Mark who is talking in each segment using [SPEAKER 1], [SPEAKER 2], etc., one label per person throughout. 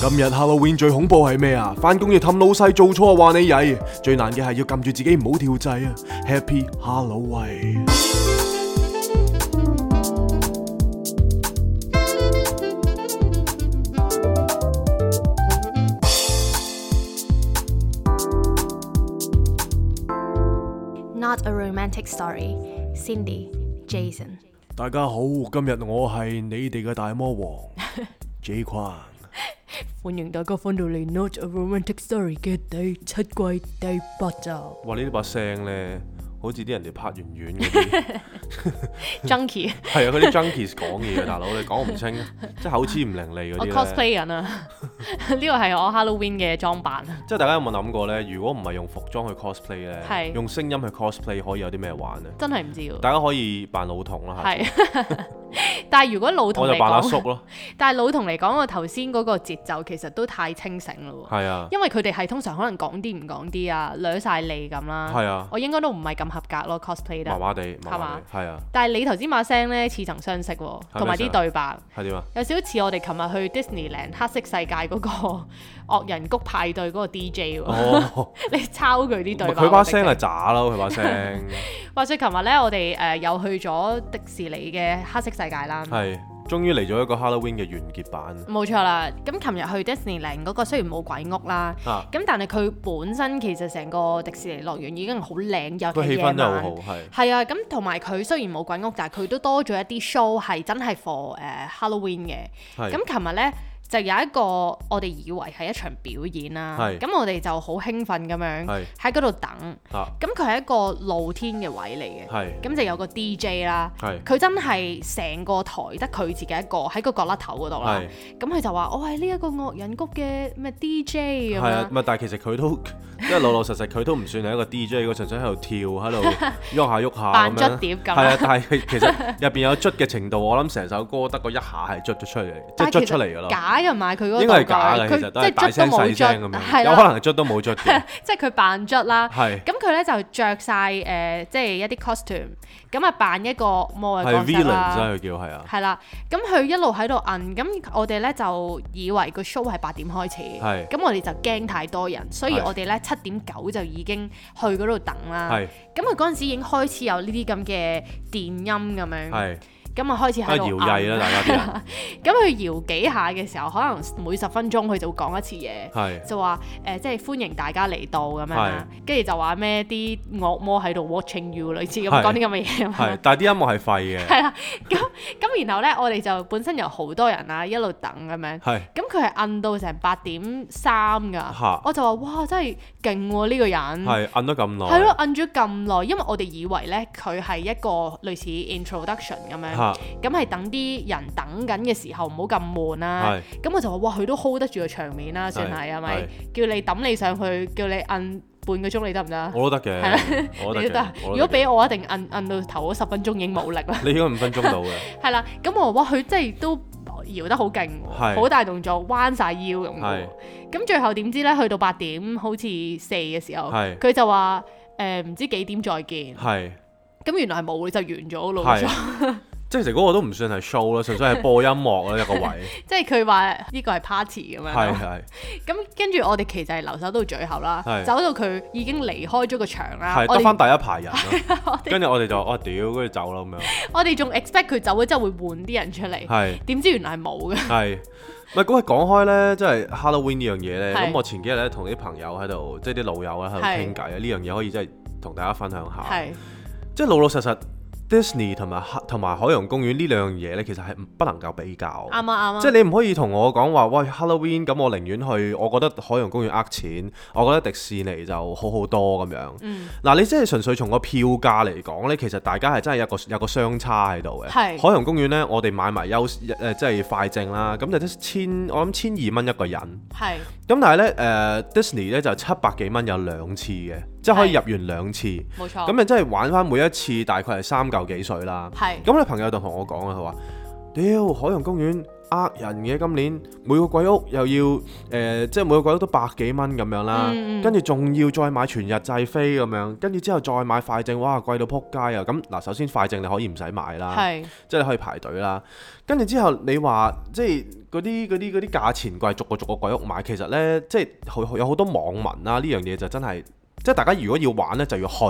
[SPEAKER 1] 今日 Halloween 最恐怖係咩啊？翻工要氹老細做錯話你曳，最難嘅係要撳住自己唔好跳掣啊！Happy Halloween！
[SPEAKER 2] Not a romantic story. Cindy, Jason。
[SPEAKER 1] 大家好，今日我係你哋嘅大魔王 J 框。
[SPEAKER 2] 歡迎大家翻到嚟 Not a romantic story 嘅第七季第八集。
[SPEAKER 1] 哇！呢把聲咧，好似啲人哋拍完院嗰 啲，
[SPEAKER 2] Junkie，
[SPEAKER 1] 係啊，嗰啲 junkies 講嘢嘅大佬，你講唔 清，啊即係口齒唔伶俐嗰啲
[SPEAKER 2] 我
[SPEAKER 1] 咧。
[SPEAKER 2] cosplay 緊啊！呢個係我 Halloween 嘅裝扮啊！
[SPEAKER 1] 即係大家有冇諗過咧？如果唔係用服裝去 cosplay 咧，
[SPEAKER 2] 係
[SPEAKER 1] 用聲音去 cosplay 可以有啲咩玩咧？
[SPEAKER 2] 真係唔知喎。
[SPEAKER 1] 大家可以扮老童啦，下次
[SPEAKER 2] 係，但係如 果老童
[SPEAKER 1] 啊我就
[SPEAKER 2] 嚟
[SPEAKER 1] 扮阿叔
[SPEAKER 2] 講，
[SPEAKER 1] 咯，
[SPEAKER 2] 但係老童嚟講，我頭先嗰個節奏其實都太清醒嘞喎。
[SPEAKER 1] 係啊，
[SPEAKER 2] 因為佢哋係通常可能講啲唔講啲啊，掠晒脷咁啦。
[SPEAKER 1] 係啊
[SPEAKER 2] 我應該都唔係咁合格咯，cosplay 得
[SPEAKER 1] 麻。麻地，麻麻
[SPEAKER 2] 係嘛
[SPEAKER 1] 地，係啊，
[SPEAKER 2] 但係你頭先把聲咧似曾相識喎，同
[SPEAKER 1] 咩
[SPEAKER 2] 埋
[SPEAKER 1] 聲
[SPEAKER 2] 啲
[SPEAKER 1] 啊
[SPEAKER 2] 對白
[SPEAKER 1] 係點啊？
[SPEAKER 2] 有少少似我哋琴日去 Disneyland 黑色世界嗰個 惡人谷派對嗰個 DJ 喎，
[SPEAKER 1] 哦，
[SPEAKER 2] 你抄佢啲對白。
[SPEAKER 1] 佢把聲係
[SPEAKER 2] 係。
[SPEAKER 1] 渣啦，佢把 聲
[SPEAKER 2] 話説琴日咧，我哋誒、呃又去咗迪士尼嘅黑色世界啦。
[SPEAKER 1] 係，終於嚟咗一個 Halloween 嘅完結版
[SPEAKER 2] 冇錯啦，咁琴日去 Disneyland 嗰個雖然冇鬼屋啦，
[SPEAKER 1] 啊！
[SPEAKER 2] 咁但係佢本身其實成個迪士尼樂園已經好靚，
[SPEAKER 1] 個
[SPEAKER 2] 尤其
[SPEAKER 1] 氣氛
[SPEAKER 2] 夜晚。
[SPEAKER 1] 真係好 好，係
[SPEAKER 2] 係啊，咁同埋佢雖然冇鬼屋，但係佢都多咗一啲 show 係真係 for 誒、呃 Halloween 嘅。
[SPEAKER 1] 係
[SPEAKER 2] 啊咁琴日呢，就有一個我哋以為係一場表演啦，
[SPEAKER 1] 係
[SPEAKER 2] 咁我哋就好興奮咁樣
[SPEAKER 1] 係
[SPEAKER 2] 喺嗰度等，
[SPEAKER 1] 啊
[SPEAKER 2] 咁佢係一個露天嘅位嚟嘅，
[SPEAKER 1] 係
[SPEAKER 2] 咁就有個 DJ 啦，
[SPEAKER 1] 係
[SPEAKER 2] 佢真係成個台得佢自己一個喺個角落頭嗰度啦
[SPEAKER 1] 係，
[SPEAKER 2] 咁佢就話我係呢一個惡人谷嘅咩 DJ 咁
[SPEAKER 1] 係啊，
[SPEAKER 2] 樣
[SPEAKER 1] 唔。係但係其實佢都 即係老老實實，佢都唔算係一個 DJ，佢純粹喺度跳喺 度喐下喐下咁
[SPEAKER 2] 扮
[SPEAKER 1] 樣
[SPEAKER 2] 捽。碟咁
[SPEAKER 1] 係啊，但係其實入邊有捽嘅程度，我諗成首歌得個一下係捽咗出嚟，即
[SPEAKER 2] 但
[SPEAKER 1] 係
[SPEAKER 2] 係其
[SPEAKER 1] 捽
[SPEAKER 2] 實
[SPEAKER 1] 出嚟㗎啦。
[SPEAKER 2] 假嘅嘛，佢嗰個
[SPEAKER 1] 應該係假嘅，
[SPEAKER 2] 道具
[SPEAKER 1] 其實都
[SPEAKER 2] 佢
[SPEAKER 1] 係大
[SPEAKER 2] 即係
[SPEAKER 1] 聲
[SPEAKER 2] 捽都冇
[SPEAKER 1] 細聲
[SPEAKER 2] 捽，
[SPEAKER 1] 咁
[SPEAKER 2] 係
[SPEAKER 1] 樣，有
[SPEAKER 2] 啦
[SPEAKER 1] 可能係捽都冇捽嘅，
[SPEAKER 2] 即係佢扮捽啦。
[SPEAKER 1] 係
[SPEAKER 2] 咁佢咧就着晒誒，即係一啲 costume，咁啊扮一個魔嘅角
[SPEAKER 1] 係 villain
[SPEAKER 2] 色
[SPEAKER 1] 真
[SPEAKER 2] 啦，
[SPEAKER 1] 係叫係啊，
[SPEAKER 2] 係啦。咁佢一路喺度摁，咁我哋咧就以為個 show 係八點開始，
[SPEAKER 1] 係
[SPEAKER 2] 咁我哋就驚太多人，所以
[SPEAKER 1] 係
[SPEAKER 2] 我哋咧七點九就已經去嗰度等啦。
[SPEAKER 1] 係
[SPEAKER 2] 咁佢嗰陣時已經開始有呢啲咁嘅電音咁樣，
[SPEAKER 1] 係
[SPEAKER 2] 咁啊開始
[SPEAKER 1] 啊
[SPEAKER 2] 喺
[SPEAKER 1] 搖
[SPEAKER 2] 度
[SPEAKER 1] 曳啦，
[SPEAKER 2] 摁。
[SPEAKER 1] 大家 啲人
[SPEAKER 2] 咁佢搖幾下嘅時候，可能每十分鐘佢就會講一次嘢。
[SPEAKER 1] 係
[SPEAKER 2] 就話誒、即係歡迎大家嚟到咁樣啦，跟住就話咩啲惡魔喺度 watching you 類似咁
[SPEAKER 1] 係
[SPEAKER 2] 講啲咁嘅嘢咁
[SPEAKER 1] 係
[SPEAKER 2] 樣。，
[SPEAKER 1] 但係啲音樂係廢嘅，
[SPEAKER 2] 係啦，啊咁咁然後呢，我哋就本身有好多人啦，一路等咁樣。
[SPEAKER 1] 係
[SPEAKER 2] 咁佢係摁到成八點三
[SPEAKER 1] 嚇
[SPEAKER 2] 㗎，我就話哇真係勁喎呢個人，
[SPEAKER 1] 係摁咗咁耐，
[SPEAKER 2] 嗯係咯摁咗咁耐，因為我哋以為呢，佢係一個類似 introduction 咁樣，
[SPEAKER 1] 嚇
[SPEAKER 2] 咁係等啲人等緊嘅時候唔好咁悶啦。
[SPEAKER 1] 係
[SPEAKER 2] 咁我就話哇，佢都 hold 得住個場面啦，啊算係係咪
[SPEAKER 1] 係？
[SPEAKER 2] 叫你抌你上去，叫你摁半個鐘，你得唔得啊？
[SPEAKER 1] 我都得
[SPEAKER 2] 係啦
[SPEAKER 1] 嘅， 我都
[SPEAKER 2] 你
[SPEAKER 1] 得
[SPEAKER 2] 都得
[SPEAKER 1] 嘅，。我
[SPEAKER 2] 如
[SPEAKER 1] 都得嘅
[SPEAKER 2] 果俾我，一定摁摁到頭嗰十分鐘已經冇力 啦。
[SPEAKER 1] 你應該五分鐘到 嘅，
[SPEAKER 2] 係啦，咁我話哇，佢真係都搖得好勁
[SPEAKER 1] 係
[SPEAKER 2] 喎，好大動作，彎晒腰咁嘅
[SPEAKER 1] 係
[SPEAKER 2] 喎。咁最後點知咧？去到八點，好似四嘅時候，
[SPEAKER 1] 係
[SPEAKER 2] 佢就話誒唔知幾點再見。
[SPEAKER 1] 係
[SPEAKER 2] 咁原來係冇，就完咗咯。
[SPEAKER 1] 係。 即係其實嗰個都唔算係 show 啦，純粹係播音樂啦一個位，
[SPEAKER 2] 即係佢話呢 個係啊 party 咁樣
[SPEAKER 1] 係
[SPEAKER 2] 咯。
[SPEAKER 1] 係
[SPEAKER 2] 咁跟住我哋其實係留守到最後啦
[SPEAKER 1] 係，
[SPEAKER 2] 走到佢已經離開咗個場啦
[SPEAKER 1] 係，
[SPEAKER 2] 啊我
[SPEAKER 1] 得翻
[SPEAKER 2] 哋
[SPEAKER 1] 第一排人啦，
[SPEAKER 2] 我哋
[SPEAKER 1] 跟住我哋就哦屌，跟住走啦咁樣，
[SPEAKER 2] 我哋仲 expect 佢走咗之後會換啲人出嚟，
[SPEAKER 1] 係。
[SPEAKER 2] 點知原來係冇嘅，
[SPEAKER 1] 係。唔係咁係啊講開咧，即係 Halloween 呢樣嘢咧。
[SPEAKER 2] 係
[SPEAKER 1] 咁我前幾日咧同啲朋友喺度，即係啲老友咧啊喺度
[SPEAKER 2] 係
[SPEAKER 1] 傾偈咧，呢樣嘢可以真係同大家分享下。
[SPEAKER 2] 係
[SPEAKER 1] 即係老老實實，Disney 同埋哈同埋海洋公園呢兩樣嘢咧，其實係唔不能夠比較。
[SPEAKER 2] 啱啊啱啊，
[SPEAKER 1] 即係你唔可以同我講話，喂 Halloween 咁，我寧願去，我覺得海洋公園呃錢，我覺得迪士尼就好好多咁樣。
[SPEAKER 2] 嗯
[SPEAKER 1] 嗱，你即係純粹從個票價嚟講呢，其實大家係真係有個有個相差喺度嘅。
[SPEAKER 2] 係
[SPEAKER 1] 海洋公園呢，我哋買埋優誒、呃即係快證啦，咁就得千我諗千二蚊一個人。
[SPEAKER 2] 係
[SPEAKER 1] 咁但係呢，誒、Disney 呃呢就七百幾蚊有兩次嘅，即係可以入完兩次。
[SPEAKER 2] 冇錯，
[SPEAKER 1] 咁你真係玩翻每一次大概係三嚿幾水啦。
[SPEAKER 2] 係
[SPEAKER 1] 咁你朋友就同我講啊，佢話：屌海洋公園呃人嘅，今年每個鬼屋又要誒、呃即係每個鬼屋都百幾蚊咁樣啦，
[SPEAKER 2] 嗯嗯
[SPEAKER 1] 跟住仲要再買全日制飛咁樣，跟住之後再買快證，哇貴到撲街啊！咁嗱，首先快證你可以唔使買啦，
[SPEAKER 2] 係
[SPEAKER 1] 即係你可以排隊啦。跟住之後你話即係嗰啲嗰啲嗰啲價錢貴，逐個逐個鬼屋買，其實呢，即係好有好多網民啦，呢樣嘢就真係即係大家如果要玩呢，就要去，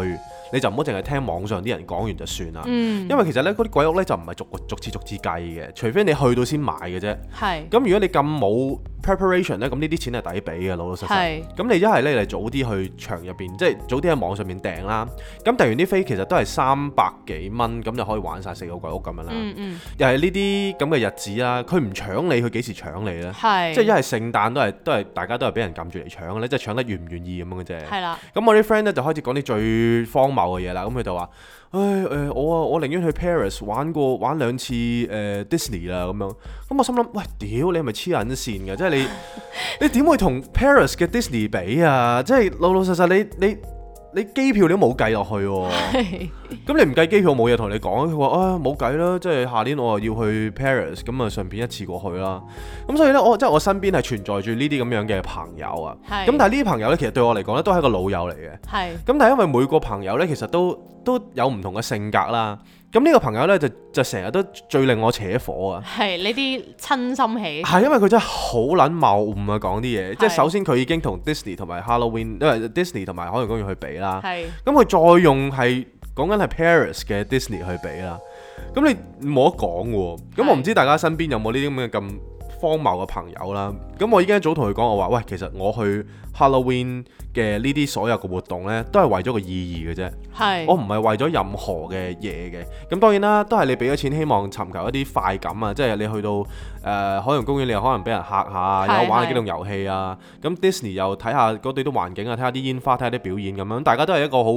[SPEAKER 1] 你就唔好淨係聽網上啲人講完就算啦。
[SPEAKER 2] 嗯
[SPEAKER 1] 因為其實呢，嗰啲鬼屋呢，就唔係逐個逐次逐次計嘅，除非你去到先買嘅啫。
[SPEAKER 2] 係
[SPEAKER 1] 咁如果你咁冇 preparation 呢，咁呢啲錢係抵俾嘅，老老實啊實。
[SPEAKER 2] 係
[SPEAKER 1] 咁你一係咧，你就早啲去場入邊，即係早啲喺網上面訂啦。咁訂完啲飛其實都係三百幾蚊，咁就可以玩晒四個鬼屋咁樣啦。
[SPEAKER 2] 嗯嗯
[SPEAKER 1] 又係呢啲咁嘅日子啦，佢唔搶你，佢幾時搶你呢？
[SPEAKER 2] 係
[SPEAKER 1] 即係一係聖誕都係都係大家都係俾人撳住嚟搶嘅咧，即係搶得願唔願意咁樣嘅啫。
[SPEAKER 2] 係啦
[SPEAKER 1] 咁我啲 friend 咧就開始講啲最荒謬嘅嘢啦，咁佢就話：，唉誒、呃我啊，我寧願去 Paris 玩過玩兩次誒、呃 Disney 啦咁樣。咁我心諗，喂，屌你係咪黐撚線嘅？即係 你你點會同 Paris 嘅 Disney 比啊？即係老老實實你你你機票你都冇計落去喎、
[SPEAKER 2] 係
[SPEAKER 1] 咁你唔計機票冇嘢同你講，佢話啊冇計啦，即係下年我又要去 Paris，咁啊順便一次過去啦。咁所以呢，我即係我身邊係存在住呢啲咁樣嘅朋友啊。
[SPEAKER 2] 係
[SPEAKER 1] 咁但係呢啲朋友呢，其實對我嚟講呢，都係一個老友嚟嘅。
[SPEAKER 2] 係
[SPEAKER 1] 咁但係因為每個朋友呢，其實都都有唔同嘅性格啦。咁呢個朋友呢，就就成日都最令我扯火啊！
[SPEAKER 2] 係呢啲親心喜
[SPEAKER 1] 係因為佢真係好撚謬誤啊，講啲嘢。即係
[SPEAKER 2] 係
[SPEAKER 1] 首先佢已經同 Disney 同埋 Halloween，因為 Disney 同埋海洋公園去比啦。
[SPEAKER 2] 係
[SPEAKER 1] 咁佢再用係講緊係 Paris 嘅 Disney 去比啦。咁你冇得講喎。咁我唔知大家身邊有冇呢啲咁嘅咁荒謬嘅朋友啦。咁我已經一早同佢講，我話喂，其實我去 Halloween 嘅呢啲所有嘅活動呢，都係為咗個意義嘅啫。
[SPEAKER 2] 係
[SPEAKER 1] 我唔係為咗任何嘅嘢嘅。咁當然啦，都係你俾咗錢，希望尋求一啲快感啊。即係你去到誒、呃海洋公園，你又可能俾人嚇下，
[SPEAKER 2] 係
[SPEAKER 1] 又玩下
[SPEAKER 2] 係
[SPEAKER 1] 機動遊戲啊。咁 Disney 又睇下嗰度啲環境啊，睇下啲煙花，睇下啲表演咁樣，大家都係一個好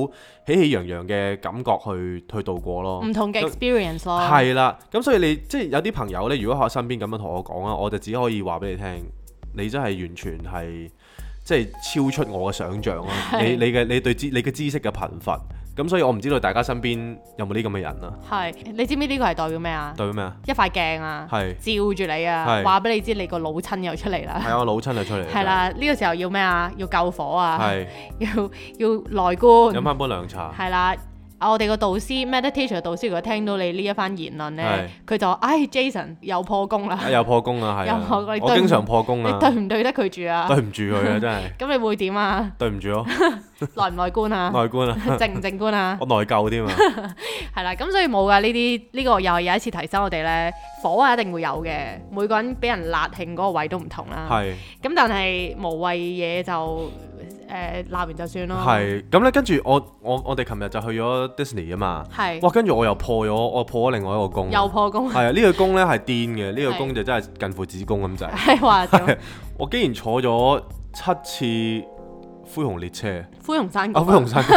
[SPEAKER 1] 喜氣洋洋嘅感覺去去度過咯。
[SPEAKER 2] 唔同嘅 experience 咯，
[SPEAKER 1] 係啦，咁所以你即係有啲朋友呢，如果喺身邊咁樣同我講啊，我就只可以話俾你聽，你真係完全係即係超出我嘅想象啦。
[SPEAKER 2] 係
[SPEAKER 1] 你你嘅你對知你嘅知識嘅貧乏，咁所以我唔知道大家身邊有冇啲咁嘅人啊？
[SPEAKER 2] 係你知唔知呢個係代表咩啊？
[SPEAKER 1] 對 咩啊？
[SPEAKER 2] 一塊鏡啊，
[SPEAKER 1] 係
[SPEAKER 2] 照住你啊，
[SPEAKER 1] 係
[SPEAKER 2] 話俾你知你個老親又出嚟啦。
[SPEAKER 1] 係啊我老親就出嚟。
[SPEAKER 2] 係，啦，呢個時候要咩啊？要救火啊，
[SPEAKER 1] 係
[SPEAKER 2] 要要內觀
[SPEAKER 1] 飲，翻杯涼茶。
[SPEAKER 2] 係啦。啊我哋個導師 meditation 導師，如果聽到你呢一番言論呢，佢就話：，唉，Jason 又破 功啦，
[SPEAKER 1] 啊又破功啊，係
[SPEAKER 2] 又破功
[SPEAKER 1] 啊
[SPEAKER 2] 你
[SPEAKER 1] 我
[SPEAKER 2] 對唔
[SPEAKER 1] 經常破功
[SPEAKER 2] 你
[SPEAKER 1] 啊，
[SPEAKER 2] 對唔對得佢住 啊？
[SPEAKER 1] 對唔住佢啊，真係
[SPEAKER 2] 咁你會 點啊？
[SPEAKER 1] 對唔住 咯，
[SPEAKER 2] 內唔內觀啊
[SPEAKER 1] 內？觀啊，
[SPEAKER 2] 靜唔靜 觀啊？
[SPEAKER 1] 我內疚添啊，
[SPEAKER 2] 係啦，咁所以冇噶呢啲呢個又係有一次提醒我哋呢，火係一定會有嘅，每個人俾人辣興嗰個位都唔同啦。
[SPEAKER 1] 係。
[SPEAKER 2] 咁但係無謂嘢就誒鬧、完就算咯。
[SPEAKER 1] 係咁咧，跟住我我我哋琴日就去咗 Disney 啊嘛，
[SPEAKER 2] 係
[SPEAKER 1] 哇！跟住我又破咗，我破咗另外一個工，
[SPEAKER 2] 又破功，
[SPEAKER 1] 係啊！呢個工咧係癲 嘅，呢個
[SPEAKER 2] 係
[SPEAKER 1] 工就真係近乎子宮咁 滯。
[SPEAKER 2] 係話就
[SPEAKER 1] 我竟然坐咗七次灰熊列 車，
[SPEAKER 2] 灰熊山谷
[SPEAKER 1] 啊
[SPEAKER 2] 啊。
[SPEAKER 1] 灰熊 山谷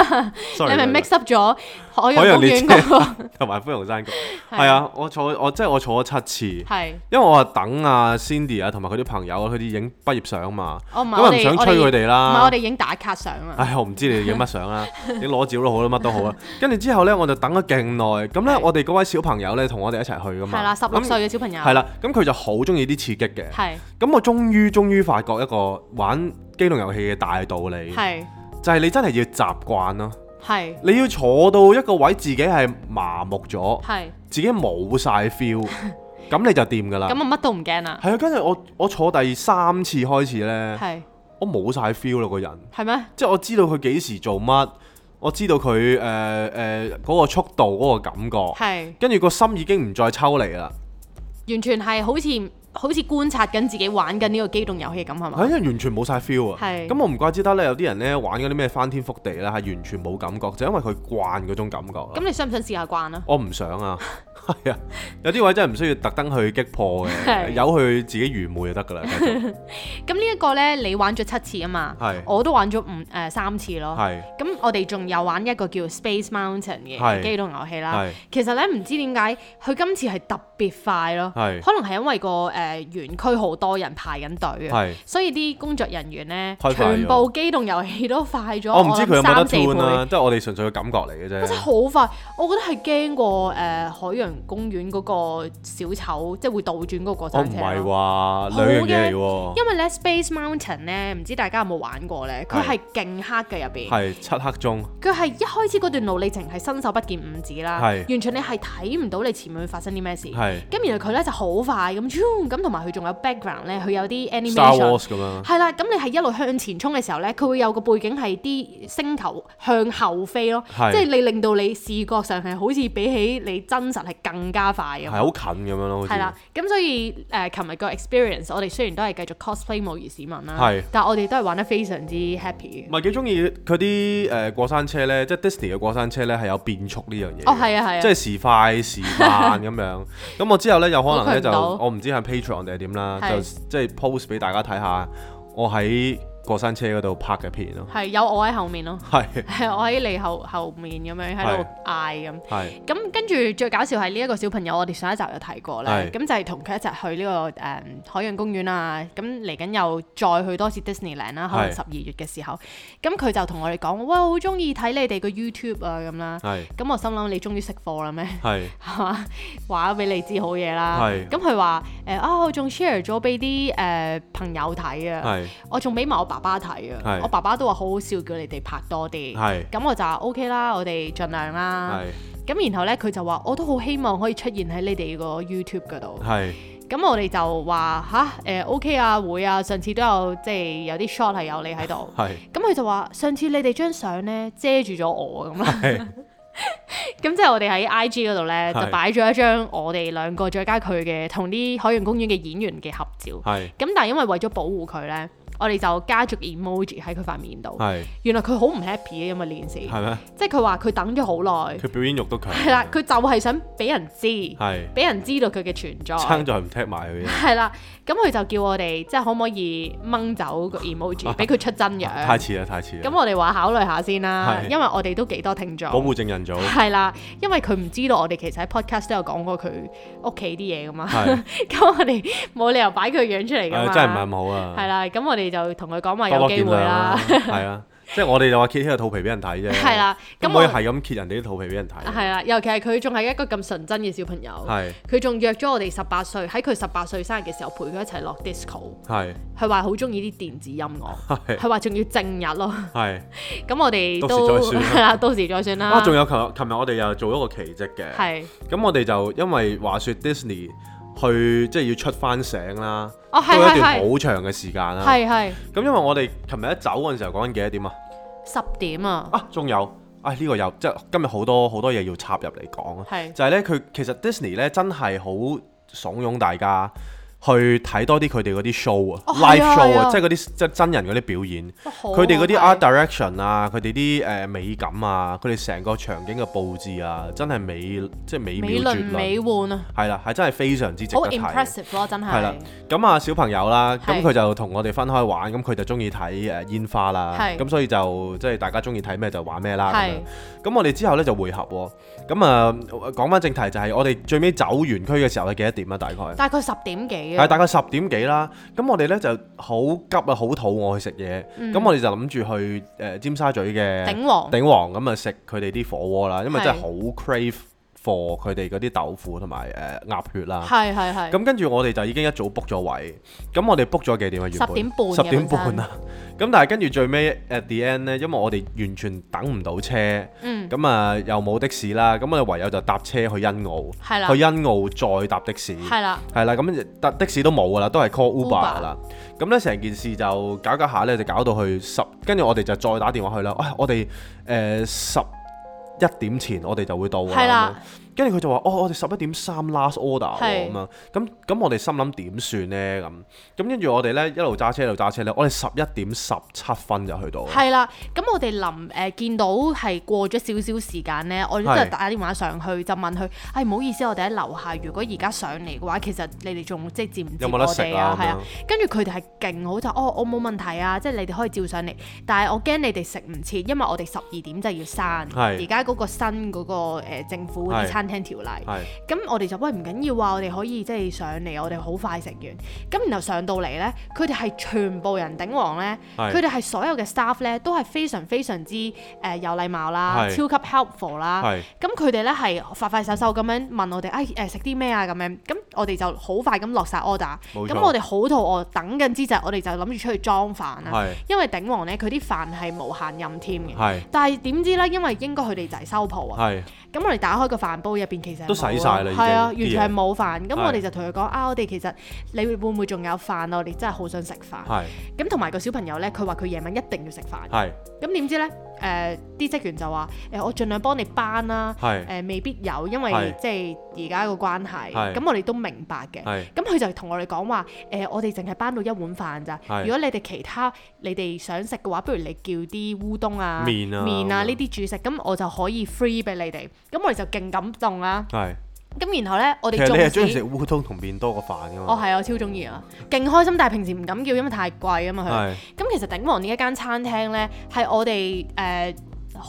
[SPEAKER 1] ，sorry，
[SPEAKER 2] 你咪 mix up 咗海
[SPEAKER 1] 海
[SPEAKER 2] 洋
[SPEAKER 1] 洋
[SPEAKER 2] 公
[SPEAKER 1] 列
[SPEAKER 2] 園
[SPEAKER 1] 車
[SPEAKER 2] 嗰、個
[SPEAKER 1] 同埋灰熊山谷，係，啊！我坐我即係我坐咗七次，
[SPEAKER 2] 係
[SPEAKER 1] 因為我話等啊 Cindy 啊同埋佢啲朋友，佢哋影畢業相嘛，
[SPEAKER 2] 我哦唔係
[SPEAKER 1] 咁
[SPEAKER 2] 我
[SPEAKER 1] 啊唔
[SPEAKER 2] 哋
[SPEAKER 1] 想催佢
[SPEAKER 2] 我哋
[SPEAKER 1] 哋
[SPEAKER 2] 唔係
[SPEAKER 1] 啦
[SPEAKER 2] 我哋。影打卡相啊，
[SPEAKER 1] 唉，我唔知你哋影乜相 啦，影裸照都好啦，乜都好啦。跟住之後呢，我就等咗勁耐。咁呢
[SPEAKER 2] 係，
[SPEAKER 1] 我哋嗰位小朋友呢，同我哋一齊去噶嘛。
[SPEAKER 2] 係啦，十六
[SPEAKER 1] 咁
[SPEAKER 2] 歲嘅小朋友
[SPEAKER 1] 係啦，咁佢就好中意啲刺激嘅。
[SPEAKER 2] 係
[SPEAKER 1] 咁我終於終於發覺一個玩機動遊戲嘅大道理，
[SPEAKER 2] 係
[SPEAKER 1] 就係你真係要習慣咯。
[SPEAKER 2] 係
[SPEAKER 1] 你要坐到一個位，自己係麻木咗，
[SPEAKER 2] 係，
[SPEAKER 1] 自己冇晒 feel，咁你就掂噶啦
[SPEAKER 2] 咁。我乜都唔驚啦，
[SPEAKER 1] 係啊，跟住我我坐第三次開始呢，
[SPEAKER 2] 係
[SPEAKER 1] 我冇晒 feel 啦個人。
[SPEAKER 2] 係咩？
[SPEAKER 1] 即係我知道佢幾時做乜，我知道佢誒誒嗰個速度嗰個感覺，
[SPEAKER 2] 係
[SPEAKER 1] 跟住個心已經唔再抽離啦。
[SPEAKER 2] 完全係好似好似觀察緊自己玩緊呢個機動遊戲咁係
[SPEAKER 1] 係
[SPEAKER 2] 嘛？
[SPEAKER 1] 因為完全冇晒 feel 啊。
[SPEAKER 2] 係
[SPEAKER 1] 咁我唔怪之得咧，有啲人咧玩嗰啲咩翻天覆地啦，係完全冇感覺，就因為佢慣嗰種感覺啦。
[SPEAKER 2] 咁你想唔想試下慣啊？
[SPEAKER 1] 我唔想啊， 係啊，有啲位真係唔需要特登去擊破嘅，
[SPEAKER 2] 係
[SPEAKER 1] 由佢自己愚昧就得㗎啦。繼 續
[SPEAKER 2] 咁呢一個呢，你玩咗七次啊嘛
[SPEAKER 1] 係，
[SPEAKER 2] 我都玩咗五誒、呃三次咯。
[SPEAKER 1] 係
[SPEAKER 2] 咁我哋仲有玩一個叫 Space Mountain
[SPEAKER 1] 係
[SPEAKER 2] 嘅機動遊戲啦
[SPEAKER 1] 係。
[SPEAKER 2] 其實咧唔知點解佢今次係特別快咯，
[SPEAKER 1] 係
[SPEAKER 2] 可能係因為個誒、呃誒園區好多人排緊隊啊，
[SPEAKER 1] 係。
[SPEAKER 2] 所以啲工作人員咧
[SPEAKER 1] 開快咗
[SPEAKER 2] 全部機動遊戲都快咗，
[SPEAKER 1] 我唔知佢有冇得啊
[SPEAKER 2] 諗三四
[SPEAKER 1] tune
[SPEAKER 2] 倍
[SPEAKER 1] 啦，即係我哋純粹嘅感覺嚟嘅
[SPEAKER 2] 真係
[SPEAKER 1] 啫。
[SPEAKER 2] 好快，我覺得係驚過誒、呃海洋公園嗰個小丑，即係會倒轉嗰個過
[SPEAKER 1] 我哦唔
[SPEAKER 2] 山車
[SPEAKER 1] 係
[SPEAKER 2] 咯。
[SPEAKER 1] 話
[SPEAKER 2] 啊
[SPEAKER 1] 兩樣嘢嚟喎，
[SPEAKER 2] 因為咧 Space Mountain 咧，唔知大家有冇玩過咧？佢
[SPEAKER 1] 係
[SPEAKER 2] 係勁黑嘅入邊，
[SPEAKER 1] 係漆黑中，
[SPEAKER 2] 佢係一開始嗰段路你淨係伸手不見五指啦，
[SPEAKER 1] 係
[SPEAKER 2] 完全你係睇唔到你前面會發生啲咩事。
[SPEAKER 1] 係
[SPEAKER 2] 咁然後佢咧就好快咁，啾咁同埋佢仲有 background 咧，佢有啲
[SPEAKER 1] Star
[SPEAKER 2] animation
[SPEAKER 1] Wars。咁樣。
[SPEAKER 2] 係啦，咁你係一路向前衝嘅時候呢，佢會有個背景係啲星球向後飛咯，
[SPEAKER 1] 係
[SPEAKER 2] 即係你令到你視覺上係好似比起你真實係更加快
[SPEAKER 1] 係
[SPEAKER 2] 咁。
[SPEAKER 1] 好近咁樣咯，好似
[SPEAKER 2] 係啦，咁所以誒，琴日個 experience，我哋雖然都係繼續 cosplay 模擬市民啦
[SPEAKER 1] 係，嗯
[SPEAKER 2] 但我哋都係玩得非常之 happy
[SPEAKER 1] 唔
[SPEAKER 2] 嘅。
[SPEAKER 1] 係幾中意佢啲誒過山車咧，即係 Disney 嘅過山車咧係有變速呢樣嘢嘅。
[SPEAKER 2] 哦，係啊，係啊，
[SPEAKER 1] 即係時快時慢咁樣。 咁我之後呢，有可能呢，
[SPEAKER 2] 估佢唔
[SPEAKER 1] 就
[SPEAKER 2] 到
[SPEAKER 1] 我唔知係 Patreon 定係點啦，
[SPEAKER 2] 係
[SPEAKER 1] 就即係 post 俾大家睇下我喺過山車嗰度拍嘅片咯。
[SPEAKER 2] 係有我喺後面咯，
[SPEAKER 1] 係
[SPEAKER 2] 我喺你後後面咁樣喺度嗌咁。
[SPEAKER 1] 係
[SPEAKER 2] 咁跟住最搞笑係呢一個小朋友，我哋上一集有提過啦
[SPEAKER 1] 係，
[SPEAKER 2] 咁就係同佢一齊去呢、個誒、嗯海洋公園啊，咁嚟緊又再去多次 Disneyland 啦，可能
[SPEAKER 1] 係
[SPEAKER 2] 十二月嘅時候，咁佢就同我哋講，哇，好中意睇你哋個 YouTube 啊咁啦，
[SPEAKER 1] 係
[SPEAKER 2] 咁我心諗你終於識貨啦咩？
[SPEAKER 1] 係
[SPEAKER 2] 係嘛？話咗俾你知好嘢啦，
[SPEAKER 1] 係
[SPEAKER 2] 咁佢話誒啊，我仲 share 咗俾啲誒朋友睇啊，
[SPEAKER 1] 係
[SPEAKER 2] 我仲俾埋我爸爸睇啊
[SPEAKER 1] 係，
[SPEAKER 2] 我爸爸都話好好笑，叫你哋拍多啲，
[SPEAKER 1] 係
[SPEAKER 2] 咁我就話 OK 啦，我哋盡量啦。
[SPEAKER 1] 係
[SPEAKER 2] 咁然後咧，佢就話我都好希望可以出現喺你哋個 YouTube 嗰度。
[SPEAKER 1] 係
[SPEAKER 2] 咁我哋就話吓，誒、OK 啊，會啊，上次都有即係有啲 shot 係有你喺度。
[SPEAKER 1] 係
[SPEAKER 2] 咁佢就話上次你哋張相咧遮住咗我咁啦。
[SPEAKER 1] 係
[SPEAKER 2] 咁即係我哋喺 IG 嗰度咧
[SPEAKER 1] 係
[SPEAKER 2] 就擺咗一張我哋兩個再加佢嘅同啲海洋公園嘅演員嘅合照。
[SPEAKER 1] 係
[SPEAKER 2] 咁但係因為為咗保護佢咧，我哋就加咗 emoji 喺佢塊面度。
[SPEAKER 1] 係
[SPEAKER 2] 原來佢好唔 happy 嘅因為呢件事，
[SPEAKER 1] 係咩？
[SPEAKER 2] 即係佢話佢等咗好耐。
[SPEAKER 1] 佢表演欲都強。
[SPEAKER 2] 係啦，佢就係想俾人知，
[SPEAKER 1] 係
[SPEAKER 2] 俾人知道佢嘅存
[SPEAKER 1] 撐
[SPEAKER 2] 在。
[SPEAKER 1] 就係唔踢埋佢嘅，
[SPEAKER 2] 係啦，咁佢就叫我哋即係可唔可以掹走個 emoji，俾佢出真
[SPEAKER 1] 啊 太
[SPEAKER 2] 樣。
[SPEAKER 1] 似啦，太似啦
[SPEAKER 2] 啊咁。我哋話考慮下先啦，
[SPEAKER 1] 係
[SPEAKER 2] 因為我哋都幾多聽
[SPEAKER 1] 保
[SPEAKER 2] 眾。
[SPEAKER 1] 護證人 組
[SPEAKER 2] 係啦，因為佢唔知道我哋其實喺 podcast 都有講過佢屋企啲嘢噶嘛，
[SPEAKER 1] 係
[SPEAKER 2] 咁我哋冇理由擺佢樣出嚟噶
[SPEAKER 1] 誒
[SPEAKER 2] 嘛。
[SPEAKER 1] 真係唔係咁好啊。
[SPEAKER 2] 係啦，咁我哋就同佢講話
[SPEAKER 1] 多
[SPEAKER 2] 啊有
[SPEAKER 1] 多
[SPEAKER 2] 機
[SPEAKER 1] 見諒
[SPEAKER 2] 會啦
[SPEAKER 1] 啦。，係啊，即係我哋就話揭起個肚皮俾人睇啫。
[SPEAKER 2] 係啦，
[SPEAKER 1] 咁
[SPEAKER 2] 咁
[SPEAKER 1] 唔可以
[SPEAKER 2] 我啊
[SPEAKER 1] 係咁揭人哋啲肚皮俾人睇。
[SPEAKER 2] 係啦，尤其係佢仲係一個咁純真嘅小朋友。
[SPEAKER 1] 係
[SPEAKER 2] 佢仲約咗我哋十八歲，喺佢十八歲生日嘅時候陪佢一齊落 disco。
[SPEAKER 1] 係
[SPEAKER 2] 佢話好中意啲電子音樂，
[SPEAKER 1] 係
[SPEAKER 2] 佢話仲要正日咯。
[SPEAKER 1] 係。
[SPEAKER 2] 咁我
[SPEAKER 1] 到時
[SPEAKER 2] 哋都
[SPEAKER 1] 再算啦
[SPEAKER 2] 係啦，到時再算啦。
[SPEAKER 1] 啊，仲有琴日，琴日我哋又做咗個奇蹟嘅。
[SPEAKER 2] 係
[SPEAKER 1] 咁我哋就因為話說 Disney 去即係要出翻醒啦，都
[SPEAKER 2] 哦，係
[SPEAKER 1] 有一
[SPEAKER 2] 係
[SPEAKER 1] 段
[SPEAKER 2] 係
[SPEAKER 1] 好啊長嘅時間啦。
[SPEAKER 2] 係係
[SPEAKER 1] 咁因為我哋琴日一走嗰陣時候講緊幾多點啊？
[SPEAKER 2] 十點啊，
[SPEAKER 1] 啊，仲有，啊呢個有，即係今日好多好多嘢要插入嚟講啊。
[SPEAKER 2] 係
[SPEAKER 1] 就係咧，佢其實 Disney 咧真係好慫恿大家。去睇多啲佢哋嗰啲 show 啊
[SPEAKER 2] 哦係
[SPEAKER 1] ，live
[SPEAKER 2] 啊
[SPEAKER 1] show
[SPEAKER 2] 係
[SPEAKER 1] 啊，
[SPEAKER 2] 啊哦
[SPEAKER 1] 即係嗰啲即係真人嗰啲表演。
[SPEAKER 2] 哇好啊
[SPEAKER 1] 佢哋嗰啲
[SPEAKER 2] 好
[SPEAKER 1] art
[SPEAKER 2] 睇
[SPEAKER 1] direction 啊，佢哋啲誒美感啊，佢哋成個場景嘅佈置啊，真係美即係美
[SPEAKER 2] 美
[SPEAKER 1] 妙
[SPEAKER 2] 輪
[SPEAKER 1] 絕
[SPEAKER 2] 美
[SPEAKER 1] 倫，
[SPEAKER 2] 奐啊，
[SPEAKER 1] 係啦，係真係非常之值得
[SPEAKER 2] 好
[SPEAKER 1] 睇。
[SPEAKER 2] impressive 咯，真
[SPEAKER 1] 係啦
[SPEAKER 2] 係。
[SPEAKER 1] 咁啊，小朋友啦，咁
[SPEAKER 2] 係
[SPEAKER 1] 佢就同我哋分開玩，咁佢就中意睇誒煙花啦，
[SPEAKER 2] 係
[SPEAKER 1] 咁所以就即係大家中意睇咩就玩咩啦。咁樣
[SPEAKER 2] 係
[SPEAKER 1] 咁我哋之後呢就會合喎，咁啊講翻正題就係我哋最尾走園區嘅時候係幾多點啊？大概？
[SPEAKER 2] 大概十點幾
[SPEAKER 1] 係
[SPEAKER 2] 啊，
[SPEAKER 1] 大概十點幾啦，咁我哋咧就好急啊，好肚餓去食嘢，咁、我哋就諗住去誒、呃尖沙咀嘅
[SPEAKER 2] 頂嗯王
[SPEAKER 1] 鼎王咁啊食佢哋啲火鍋啦，因為
[SPEAKER 2] 係
[SPEAKER 1] 真係好 crave for 佢哋嗰啲豆腐同埋誒鴨血啦。
[SPEAKER 2] 係係係。
[SPEAKER 1] 咁跟住我哋就已經一早 book 咗位，咁我哋 book 咗幾點啊？原本
[SPEAKER 2] 10點半嘅
[SPEAKER 1] 十點半啦。咁但係跟住最尾 at the end 咧，因為我哋完全等唔到車，
[SPEAKER 2] 嗯
[SPEAKER 1] 咁啊、又冇的士啦，咁我哋唯有就搭車去欣澳，
[SPEAKER 2] 係啦
[SPEAKER 1] 去欣澳再搭的士。
[SPEAKER 2] 係啦，
[SPEAKER 1] 係啦，咁搭的士都冇噶啦，都係 call Uber
[SPEAKER 2] Uber
[SPEAKER 1] 噶啦。咁咧成件事就搞搞下咧，就搞到去十，跟住我哋就再打電話去啦。啊，我哋誒十一點前我哋就會到㗎
[SPEAKER 2] 係啦
[SPEAKER 1] 咁樣跟住佢就話：哦，我哋十一點三 last order 喎
[SPEAKER 2] 係
[SPEAKER 1] 咁樣。咁咁我哋心諗點算呢？咁咁跟住我哋咧一路揸車一路揸車咧，我哋十一點十七分就去到啦。
[SPEAKER 2] 係啦，咁我哋臨誒見到係過咗少少時間呢，我哋都
[SPEAKER 1] 係
[SPEAKER 2] 係打電話上去就問佢，唉唔好意思，我哋喺樓下，如果而家上嚟嘅話，其實你哋仲即係接唔接
[SPEAKER 1] 有冇得
[SPEAKER 2] 我
[SPEAKER 1] 食
[SPEAKER 2] 哋
[SPEAKER 1] 啊
[SPEAKER 2] 啊？係啊，跟住佢哋係勁好就，哦我冇問題啊，即係你哋可以照上嚟，但係我驚你哋食唔切，因為我哋十二點就要閂，
[SPEAKER 1] 係
[SPEAKER 2] 而家嗰個新嗰個誒政府嗰啲
[SPEAKER 1] 係
[SPEAKER 2] 餐餐廳條例。
[SPEAKER 1] 係
[SPEAKER 2] 咁我哋就喂唔緊要啊，我哋可以即係上嚟，我哋好快食完。咁然後上到嚟呢，佢哋係全部人頂王呢，
[SPEAKER 1] 係
[SPEAKER 2] 佢哋係所有嘅 staff 呢，都係非常非常之誒、呃有禮貌啦，
[SPEAKER 1] 係
[SPEAKER 2] 超級 helpful 啦。
[SPEAKER 1] 係
[SPEAKER 2] 咁佢哋呢係快快手手咁樣問我哋，哎誒食啲咩啊咁樣，咁我哋就好快咁落晒 order。
[SPEAKER 1] 冇錯
[SPEAKER 2] 咁我哋好肚餓，等緊之際，我哋就諗住出去裝飯啦。
[SPEAKER 1] 係
[SPEAKER 2] 因為頂王呢，佢啲飯係無限任添嘅。
[SPEAKER 1] 係
[SPEAKER 2] 但係點知呢？因為應該佢哋就係收鋪啊。
[SPEAKER 1] 係
[SPEAKER 2] 咁我哋打開個飯煲入邊其實係
[SPEAKER 1] 都
[SPEAKER 2] 冇
[SPEAKER 1] 洗
[SPEAKER 2] 啊
[SPEAKER 1] 晒啦已經
[SPEAKER 2] 係啊，
[SPEAKER 1] 啲
[SPEAKER 2] 完
[SPEAKER 1] 嘢
[SPEAKER 2] 全係冇飯。咁
[SPEAKER 1] 係
[SPEAKER 2] 我哋就同佢講啊，我哋其實你會唔會仲有飯啊？我哋真係好想食飯。
[SPEAKER 1] 係
[SPEAKER 2] 咁同埋個小朋友呢，佢話佢夜晚一定要食飯。
[SPEAKER 1] 係
[SPEAKER 2] 咁點知呢？誒、啲職員就話誒、我盡量幫你搬啦、誒、
[SPEAKER 1] 係
[SPEAKER 2] 未必有，因為
[SPEAKER 1] 係
[SPEAKER 2] 即係而家個關係。
[SPEAKER 1] 係
[SPEAKER 2] 咁我哋都明白嘅。
[SPEAKER 1] 係
[SPEAKER 2] 咁佢就同我哋講話，誒、我哋淨係搬到一碗飯咋。
[SPEAKER 1] 係
[SPEAKER 2] 如果你哋其他你哋想食嘅話，不如你叫啲烏冬啊、
[SPEAKER 1] 麵啊咁樣
[SPEAKER 2] 麵呢啲主食，咁我就可以 free 俾你哋。咁我哋就勁感動啦。
[SPEAKER 1] 係。
[SPEAKER 2] 咁然後呢，我
[SPEAKER 1] 其
[SPEAKER 2] 哋
[SPEAKER 1] 實你係中
[SPEAKER 2] 縱
[SPEAKER 1] 意食
[SPEAKER 2] 使
[SPEAKER 1] 烏冬啊同麵多過飯噶
[SPEAKER 2] 我
[SPEAKER 1] 嘛？
[SPEAKER 2] 係啊我超中意啊，勁開心，但係平時唔敢叫，因為太貴啊嘛佢。
[SPEAKER 1] 係
[SPEAKER 2] 咁其實鼎王呢一間餐廳呢，係我哋誒、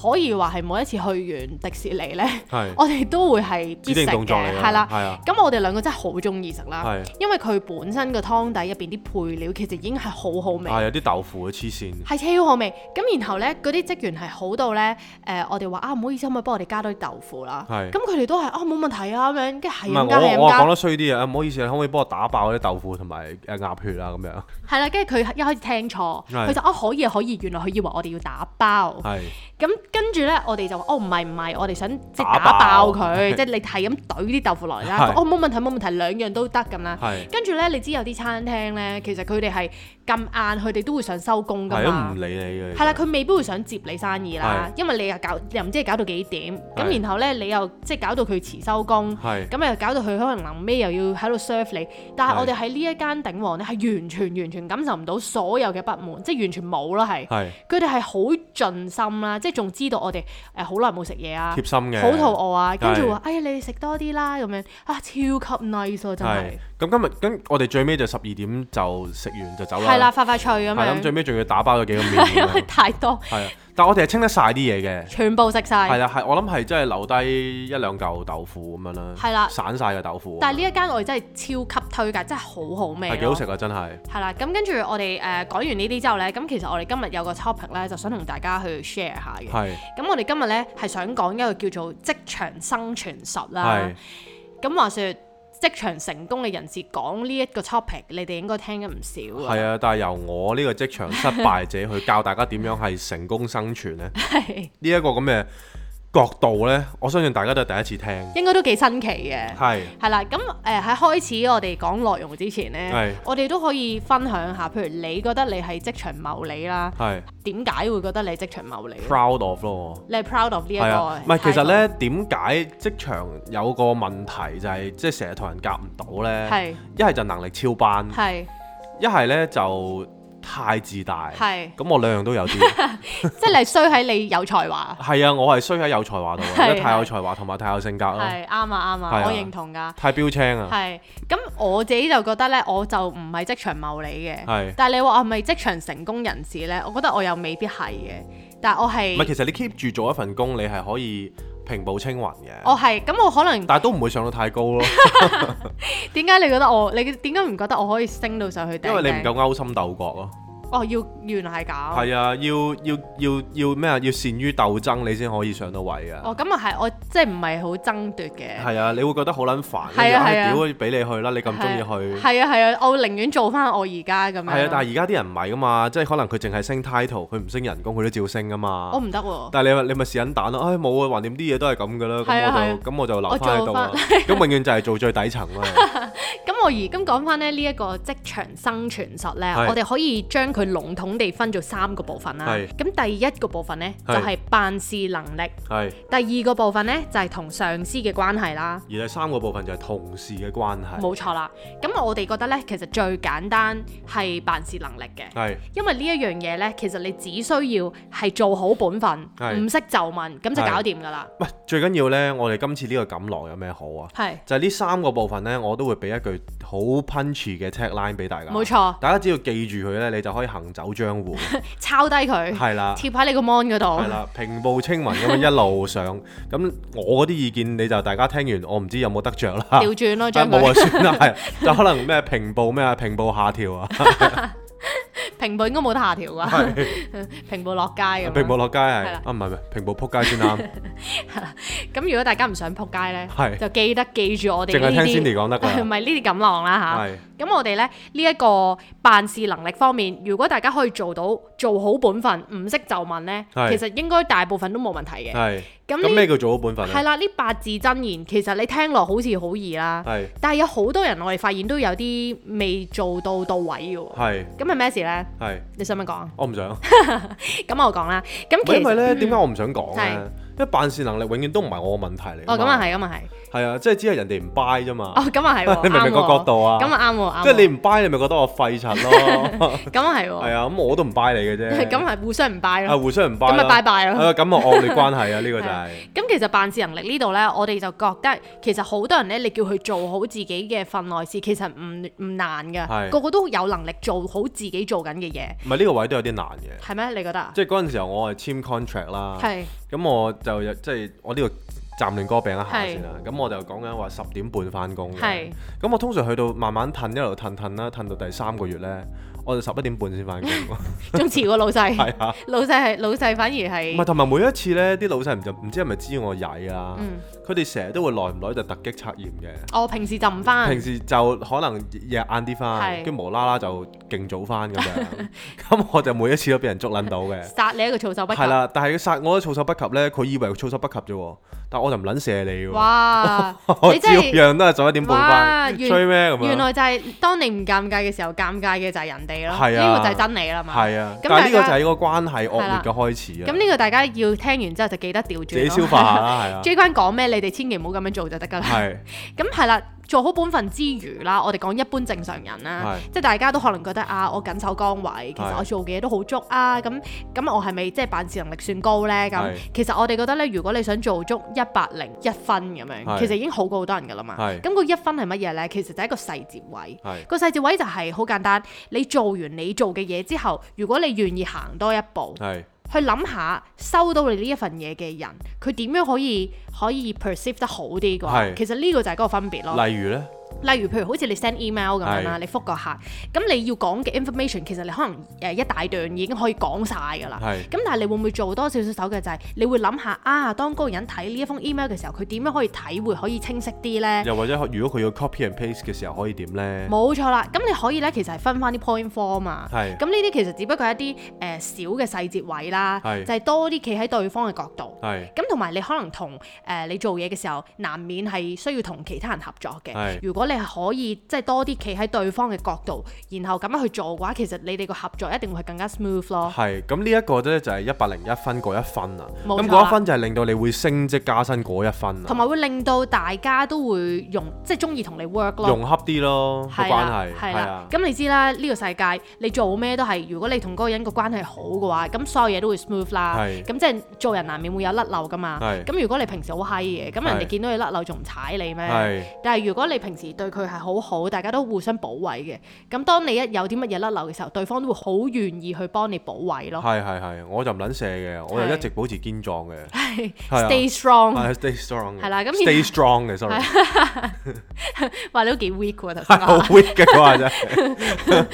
[SPEAKER 2] 可以話係每一次去完迪士尼呢，
[SPEAKER 1] 係
[SPEAKER 2] 我哋都會係必
[SPEAKER 1] 指
[SPEAKER 2] 食
[SPEAKER 1] 定動作嚟
[SPEAKER 2] 嘅，
[SPEAKER 1] 㗎，
[SPEAKER 2] 係啦。
[SPEAKER 1] 係啊，
[SPEAKER 2] 咁我哋兩個真係好中意食啦。
[SPEAKER 1] 係
[SPEAKER 2] 因為佢本身個湯底入邊啲配料其實已經係好好味，
[SPEAKER 1] 係啊有啲豆腐嘅黐線，
[SPEAKER 2] 係超好味。咁然後呢，嗰啲職員係好到呢，誒、我哋話啊，唔好意思，可唔可以幫我哋加多啲豆腐啦？
[SPEAKER 1] 係
[SPEAKER 2] 咁佢哋都係啊，冇問題啊咁樣，跟住係
[SPEAKER 1] 唔
[SPEAKER 2] 咁加係
[SPEAKER 1] 係我我
[SPEAKER 2] 咁
[SPEAKER 1] 講
[SPEAKER 2] 加，
[SPEAKER 1] 得衰啲啊，唔好意思，你可唔可以幫我打爆啲豆腐同埋誒鴨血啊咁樣？
[SPEAKER 2] 係啦。跟住佢一開始聽錯，
[SPEAKER 1] 係
[SPEAKER 2] 佢就啊可以啊可以，原來佢以為我哋要打包。
[SPEAKER 1] 係
[SPEAKER 2] 咁跟住呢，我哋就話哦唔係唔係，我哋想即係
[SPEAKER 1] 打
[SPEAKER 2] 打爆
[SPEAKER 1] 爆
[SPEAKER 2] 佢，即係你係咁懟啲豆腐落嚟啦。
[SPEAKER 1] 係
[SPEAKER 2] 哦冇問題冇問題，兩樣都得咁啦。
[SPEAKER 1] 係
[SPEAKER 2] 跟住呢，你知有啲餐廳呢，其實佢哋係咁晏，佢哋都會想收工㗎
[SPEAKER 1] 係都唔
[SPEAKER 2] 嘛。
[SPEAKER 1] 理你嘅。
[SPEAKER 2] 啊係啦，佢未必會想接你生意啦，因為你又搞又唔知你搞到幾點，咁
[SPEAKER 1] 係
[SPEAKER 2] 然後呢，你又即係搞到佢遲收工，
[SPEAKER 1] 係
[SPEAKER 2] 咁又搞到佢可能臨尾又要喺度 serve 你，但係
[SPEAKER 1] 係
[SPEAKER 2] 我哋喺呢一間鼎王呢，係完全完全感受唔到所有嘅不滿，即係完全冇啦係，
[SPEAKER 1] 係
[SPEAKER 2] 佢哋係好盡心啦，即係仲知道我哋誒好耐冇食嘢啊
[SPEAKER 1] 貼，心嘅。
[SPEAKER 2] 好肚餓啊，跟住
[SPEAKER 1] 係
[SPEAKER 2] 話哎呀你哋食多啲啦咁樣，啊超級 nice 啊真係
[SPEAKER 1] 係，咁今日跟我哋最尾就十二點就食完就走啦。
[SPEAKER 2] 係啦快快脆咁
[SPEAKER 1] 係啦，咁 最
[SPEAKER 2] 樣，
[SPEAKER 1] 尾仲要打包咗幾個麵 咁
[SPEAKER 2] 因為
[SPEAKER 1] 樣。
[SPEAKER 2] 太多，
[SPEAKER 1] 係啊，但我哋係清得晒啲嘢嘅。
[SPEAKER 2] 全部食晒
[SPEAKER 1] 係。啦，係我諗係真係留低一兩嚿豆腐咁樣啦。
[SPEAKER 2] 係啦
[SPEAKER 1] 散晒嘅豆腐。
[SPEAKER 2] 但係呢一間我哋真係超級推介，真係好好味
[SPEAKER 1] 係幾
[SPEAKER 2] 咯
[SPEAKER 1] 好。食啊，真係。
[SPEAKER 2] 係啦，咁跟住我哋誒講完呢啲之後呢，咁其實我哋今日有個 topic 呢，就想同大家去 share 下嘅。
[SPEAKER 1] 係
[SPEAKER 2] 咁我哋今日呢，係想講一個叫做職場生存術啦
[SPEAKER 1] 係。
[SPEAKER 2] 咁話說職場成功嘅人士講呢一個 topic，你哋應該聽得唔少啊。
[SPEAKER 1] 係啊，但係由我呢個職場失敗者去教大家點樣係成功生存呢。
[SPEAKER 2] 係
[SPEAKER 1] 呢一個咁嘅角度呢，我相信大家都係第一次聽。
[SPEAKER 2] 應該都幾新奇嘅。
[SPEAKER 1] 係
[SPEAKER 2] 係啦，咁誒喺開始我哋講內容之前
[SPEAKER 1] 係
[SPEAKER 2] 呢，我哋都可以分享下，譬如你覺得你係職場茂利啦，
[SPEAKER 1] 係
[SPEAKER 2] 點解會覺得你係職場茂利呢？
[SPEAKER 1] proud of 咯。
[SPEAKER 2] 你係 proud of 呢一個
[SPEAKER 1] 係啊，唔係其實
[SPEAKER 2] 態
[SPEAKER 1] 呢，點解職場有個問題就係即係成日同人夾唔到
[SPEAKER 2] 度，
[SPEAKER 1] 呢？
[SPEAKER 2] 係
[SPEAKER 1] 一係就能力超班，
[SPEAKER 2] 係
[SPEAKER 1] 一係呢就太自大。
[SPEAKER 2] 係，
[SPEAKER 1] 咁我兩樣都有 啲。
[SPEAKER 2] 即係你係衰喺你有才華，
[SPEAKER 1] 係啊，我係衰喺有才華度啊，因為
[SPEAKER 2] 係
[SPEAKER 1] 太有才華同埋太有性格咯，
[SPEAKER 2] 係啱啊啱
[SPEAKER 1] 哦係
[SPEAKER 2] 啊，
[SPEAKER 1] 啊
[SPEAKER 2] 我認同㗎。
[SPEAKER 1] 太標青啊。
[SPEAKER 2] 係，咁我自己就覺得呢，我就唔係職場茂利嘅，
[SPEAKER 1] 係
[SPEAKER 2] 但係你話我係咪職場成功人士呢？我覺得我又未必係嘅，但係我
[SPEAKER 1] 唔係，
[SPEAKER 2] 係
[SPEAKER 1] 其實你 keep 住做一份工，你係可以平步青雲嘅，
[SPEAKER 2] 我係咁，我可能
[SPEAKER 1] 但係都唔會上到太高 咯，
[SPEAKER 2] 點解你覺得我你點解唔覺得我可以升到上去頂頂？
[SPEAKER 1] 因為你唔夠勾心鬥角咯。
[SPEAKER 2] 哦，要原來係咁。
[SPEAKER 1] 係啊，要要要要咩啊？要善於鬥爭，你先可以上到位啊。
[SPEAKER 2] 哦，咁啊係，我即係唔係好爭奪嘅。
[SPEAKER 1] 係啊，你會覺得好撚煩，跟
[SPEAKER 2] 係啊
[SPEAKER 1] 住唉
[SPEAKER 2] 係啊
[SPEAKER 1] 屌俾你去啦，你咁中意去。
[SPEAKER 2] 係啊係啊，我寧願做翻我而家咁樣。
[SPEAKER 1] 係啊，但係而家啲人唔係噶嘛，即係可能佢淨係升 title，佢唔升人工，佢都照升噶嘛
[SPEAKER 2] 我。唔得喎。
[SPEAKER 1] 但係你話你咪試緊蛋咯，唉冇啊，橫掂啲嘢都係咁噶啦，
[SPEAKER 2] 係
[SPEAKER 1] 咁
[SPEAKER 2] 啊係
[SPEAKER 1] 我
[SPEAKER 2] 啊
[SPEAKER 1] 就咁我就留
[SPEAKER 2] 我
[SPEAKER 1] 翻喺
[SPEAKER 2] 做
[SPEAKER 1] 度啦
[SPEAKER 2] 返。
[SPEAKER 1] 咁永遠就係做最底層 啦。
[SPEAKER 2] 咁我而今講翻咧呢一個職場生存術咧，
[SPEAKER 1] 係
[SPEAKER 2] 我哋可以將佢籠統地分做三個部分啦
[SPEAKER 1] 係。
[SPEAKER 2] 咁第一個部分咧就
[SPEAKER 1] 係
[SPEAKER 2] 係辦事能力，
[SPEAKER 1] 係，
[SPEAKER 2] 第二個部分咧就係同上司嘅關係啦。
[SPEAKER 1] 而第三個部分就係同事嘅關係。
[SPEAKER 2] 冇錯啦。咁我哋覺得咧，其實最簡單係辦事能力嘅。
[SPEAKER 1] 係
[SPEAKER 2] 因為呢一樣嘢呢，其實你只需要係做好
[SPEAKER 1] 係
[SPEAKER 2] 本分，唔識就問，咁就
[SPEAKER 1] 係
[SPEAKER 2] 搞掂噶啦。
[SPEAKER 1] 喂，最緊要呢，我哋今次呢個錦囊有咩好啊？
[SPEAKER 2] 係
[SPEAKER 1] 就係呢三個部分呢，我都會俾一句好 punchy 嘅 tagline 俾大家。
[SPEAKER 2] 冇錯
[SPEAKER 1] 大家只要記住佢呢，你就可以行走江 湖。
[SPEAKER 2] 抄低佢，
[SPEAKER 1] 係 啦。
[SPEAKER 2] 貼喺你個 mon 嗰
[SPEAKER 1] 係
[SPEAKER 2] 度，
[SPEAKER 1] 啦，平步青雲咁樣一路上，咁我嗰啲意見你就大家聽完，我唔知有冇得着啦。
[SPEAKER 2] 調轉咯，將
[SPEAKER 1] 冇
[SPEAKER 2] 佢
[SPEAKER 1] 啊，算啦，係就可能咩平步咩啊，平步下調啊，
[SPEAKER 2] 平步應該冇得下調㗎，平步落街 咁
[SPEAKER 1] 平
[SPEAKER 2] 樣。
[SPEAKER 1] 步落街係
[SPEAKER 2] 啊係啦
[SPEAKER 1] 啊，唔係唔係，平步撲街先 啱，
[SPEAKER 2] 咁如果大家唔想撲街呢，
[SPEAKER 1] 係
[SPEAKER 2] 就記得記住我哋
[SPEAKER 1] 淨係
[SPEAKER 2] 呢
[SPEAKER 1] 聽 Cindy
[SPEAKER 2] 啲，
[SPEAKER 1] 講得
[SPEAKER 2] 唔係
[SPEAKER 1] 㗎，
[SPEAKER 2] 呢啲錦囊啦吓。
[SPEAKER 1] 係
[SPEAKER 2] 咁我哋咧呢一個辦事能力方面，如果大家可以做到做好本分，唔識就問呢，
[SPEAKER 1] 係
[SPEAKER 2] 其實應該大部分都冇問題嘅。
[SPEAKER 1] 係。咁
[SPEAKER 2] 咁
[SPEAKER 1] 咩
[SPEAKER 2] 呢
[SPEAKER 1] 叫做好本分啊
[SPEAKER 2] 係
[SPEAKER 1] 咧？
[SPEAKER 2] 啦，呢八字真言其實你聽落好似好易啦，
[SPEAKER 1] 係
[SPEAKER 2] 但係有好多人我哋發現都有啲未做到到位嘅喎。
[SPEAKER 1] 係
[SPEAKER 2] 咁係咩事呢？
[SPEAKER 1] 係，
[SPEAKER 2] 你想唔想講啊？
[SPEAKER 1] 我唔 想，
[SPEAKER 2] 咁我講啦。咁其
[SPEAKER 1] 因為
[SPEAKER 2] 實嗯
[SPEAKER 1] 咧點解我唔想講咧
[SPEAKER 2] 係？
[SPEAKER 1] 因為辦事能力永遠都唔係我嘅問題嚟㗎嘛。
[SPEAKER 2] 哦，咁啊係，咁啊係，
[SPEAKER 1] 係啊，即係只係人哋唔 buy 啫嘛
[SPEAKER 2] 哦，。咁啊係喎，
[SPEAKER 1] 你明唔明
[SPEAKER 2] 啱
[SPEAKER 1] 個
[SPEAKER 2] 喎
[SPEAKER 1] 角度啊？
[SPEAKER 2] 咁啊啱喎，啱喎
[SPEAKER 1] 即係你唔 buy，你咪覺得我廢柒 咯。
[SPEAKER 2] 咁啊 係
[SPEAKER 1] 係
[SPEAKER 2] 喎，
[SPEAKER 1] 啊，咁我都唔 buy 你嘅啫。
[SPEAKER 2] 咁係互相唔拜
[SPEAKER 1] 啊，
[SPEAKER 2] 咯。
[SPEAKER 1] 互相唔 buy
[SPEAKER 2] 咁咪
[SPEAKER 1] 啦
[SPEAKER 2] 拜拜咯
[SPEAKER 1] 啊咁啊惡劣關係啊，呢個就係
[SPEAKER 2] 咁其實辦事能力呢度呢，我哋就覺得其實好多人呢，你叫佢做好自己嘅份內事，其實唔唔難
[SPEAKER 1] 係
[SPEAKER 2] 㗎，個個都有能力做好自己做緊嘅嘢，
[SPEAKER 1] 唔係呢個位都有啲難嘅。
[SPEAKER 2] 係咩？你覺得啊？
[SPEAKER 1] 即係嗰陣時候我係簽 contract 啦，
[SPEAKER 2] 係
[SPEAKER 1] 咁我就有即係我呢度暫亂歌餅一下先啦。咁我就講緊話十點半翻工嘅
[SPEAKER 2] 係，
[SPEAKER 1] 咁我通常去到慢慢褪一路褪褪啦，褪到第三個月呢，我就十一點半先 翻工。
[SPEAKER 2] 仲遲過老細，
[SPEAKER 1] 係啊，
[SPEAKER 2] 老細係老細反而
[SPEAKER 1] 唔
[SPEAKER 2] 係
[SPEAKER 1] 係同埋每一次呢啲老細唔就唔知係咪知我曳啊
[SPEAKER 2] 嗯，
[SPEAKER 1] 佢哋成日都會耐唔耐就突擊測驗嘅。
[SPEAKER 2] 我平時就唔翻，
[SPEAKER 1] 平時就可能日晏啲翻，
[SPEAKER 2] 嗯係
[SPEAKER 1] 跟住無啦啦就勁早翻咁樣， 咁我就每一次都俾人捉撚到嘅。
[SPEAKER 2] 殺你一個措手不及
[SPEAKER 1] 係。啦，但係佢殺我都措手不及咧，佢以為措手不及啫喎，但我就唔撚射你喎，！
[SPEAKER 2] 哇
[SPEAKER 1] 我
[SPEAKER 2] 你
[SPEAKER 1] 照
[SPEAKER 2] 真係
[SPEAKER 1] 樣都係十一點半
[SPEAKER 2] 哇
[SPEAKER 1] 翻，
[SPEAKER 2] 原
[SPEAKER 1] 吹咩咁
[SPEAKER 2] 原
[SPEAKER 1] 樣？
[SPEAKER 2] 來就係當你唔尷尬嘅時候，尷尬嘅就係人哋咯。
[SPEAKER 1] 係啊
[SPEAKER 2] 呢個就係真理啦嘛。
[SPEAKER 1] 係啊，
[SPEAKER 2] 咁
[SPEAKER 1] 但係呢個就
[SPEAKER 2] 大家
[SPEAKER 1] 係一個關係惡
[SPEAKER 2] 係
[SPEAKER 1] 劣
[SPEAKER 2] 啦
[SPEAKER 1] 嘅開始啊
[SPEAKER 2] 咁，呢個大家要聽完之後就記得調
[SPEAKER 1] 自己
[SPEAKER 2] 轉
[SPEAKER 1] 消
[SPEAKER 2] 咯。
[SPEAKER 1] 化 下啦，係啊，
[SPEAKER 2] J 關講咩，你哋千祈唔好咁樣做就得㗎啦。
[SPEAKER 1] 係
[SPEAKER 2] 咁係啦，做好本分之餘啦，我哋講一般正常人啦，即係大家都可能覺得啊，我緊守崗位，其
[SPEAKER 1] 係
[SPEAKER 2] 實我做嘅嘢都好足啊，咁咁我係咪即係辦事能力算高呢？咁
[SPEAKER 1] 係
[SPEAKER 2] 其實我哋覺得呢，如果你想做足一百零一分咁
[SPEAKER 1] 係
[SPEAKER 2] 樣，其實已經好過好多人㗎啦嘛。
[SPEAKER 1] 係
[SPEAKER 2] 咁個一分係乜嘢呢？其實就係一個細節位。
[SPEAKER 1] 係
[SPEAKER 2] 個細節位就係好簡單，你做完你做嘅嘢之後，如果你願意行多一步，
[SPEAKER 1] 係
[SPEAKER 2] 去諗下收到你呢一份嘢嘅人，佢點樣可以可以 perceive 得好啲
[SPEAKER 1] 係
[SPEAKER 2] 啩？其實呢個就係嗰個分別咯。
[SPEAKER 1] 係，例如咧，
[SPEAKER 2] 例如譬如好似你 send email 咁樣啦，
[SPEAKER 1] 係
[SPEAKER 2] 你覆個客，咁你要講嘅 information 其實你可能誒一大段已經可以講晒㗎啦。
[SPEAKER 1] 係
[SPEAKER 2] 咁但係你會唔會做多少少手嘅就係、你會諗下啊，當嗰個人睇呢一封 email 嘅時候，佢點樣可以體會可以清晰啲呢？
[SPEAKER 1] 又或者如果佢要 copy and paste 嘅時候可以點咧？
[SPEAKER 2] 冇錯啦，咁你可以咧，其實係分翻啲 point form 啊。
[SPEAKER 1] 係
[SPEAKER 2] 咁呢啲其實只不過係一啲誒、呃小嘅細節位啦，
[SPEAKER 1] 係
[SPEAKER 2] 就係多啲企喺對方嘅角度。
[SPEAKER 1] 係
[SPEAKER 2] 咁同埋你可能同誒、呃你做嘢嘅時候，難免係需要同其他人合作
[SPEAKER 1] 係
[SPEAKER 2] 嘅。如果你係可以即係多啲企喺對方嘅角度，然後咁樣去做嘅話，其實你哋個合作一定會係更加 smooth 咯。
[SPEAKER 1] 係，咁呢一個咧就係一百零一分嗰一分啊，
[SPEAKER 2] 冇
[SPEAKER 1] 咁
[SPEAKER 2] 錯
[SPEAKER 1] 嗰
[SPEAKER 2] 啦
[SPEAKER 1] 一分就係令到你會升職加薪嗰一分
[SPEAKER 2] 同
[SPEAKER 1] 啊，
[SPEAKER 2] 埋會令到大家都會用即係中意同你 work 咯，
[SPEAKER 1] 融洽啲咯個
[SPEAKER 2] 係
[SPEAKER 1] 關
[SPEAKER 2] 啦
[SPEAKER 1] 係，，
[SPEAKER 2] 係
[SPEAKER 1] 係
[SPEAKER 2] 啦
[SPEAKER 1] 啊。，
[SPEAKER 2] 咁你知啦，呢個世界你做咩都係，如果你同嗰個人個關係好嘅話，咁所有嘢都會 smooth 啦。
[SPEAKER 1] 係
[SPEAKER 2] 咁即係做人難免會有甩漏噶嘛。
[SPEAKER 1] 係
[SPEAKER 2] 咁如果你平時好閪嘅，咁人
[SPEAKER 1] 係
[SPEAKER 2] 哋見到你甩漏仲唔踩你咩？
[SPEAKER 1] 係
[SPEAKER 2] 但係如果你平時對佢係好好，大家都互相補位嘅，咁當你一有啲乜嘢甩漏嘅時候，對方都會好願意去幫你補位咯。
[SPEAKER 1] 係係係，我就唔撚射嘅，我就一直保持堅壯 嘅，係啊
[SPEAKER 2] Stay strong，
[SPEAKER 1] 係 stay strong 嘅，
[SPEAKER 2] 係啦咁
[SPEAKER 1] stay strong 嘅，sorry，
[SPEAKER 2] 話你都幾 weak 喎頭 先
[SPEAKER 1] 好
[SPEAKER 2] 話。
[SPEAKER 1] weak 嘅嗰下真係，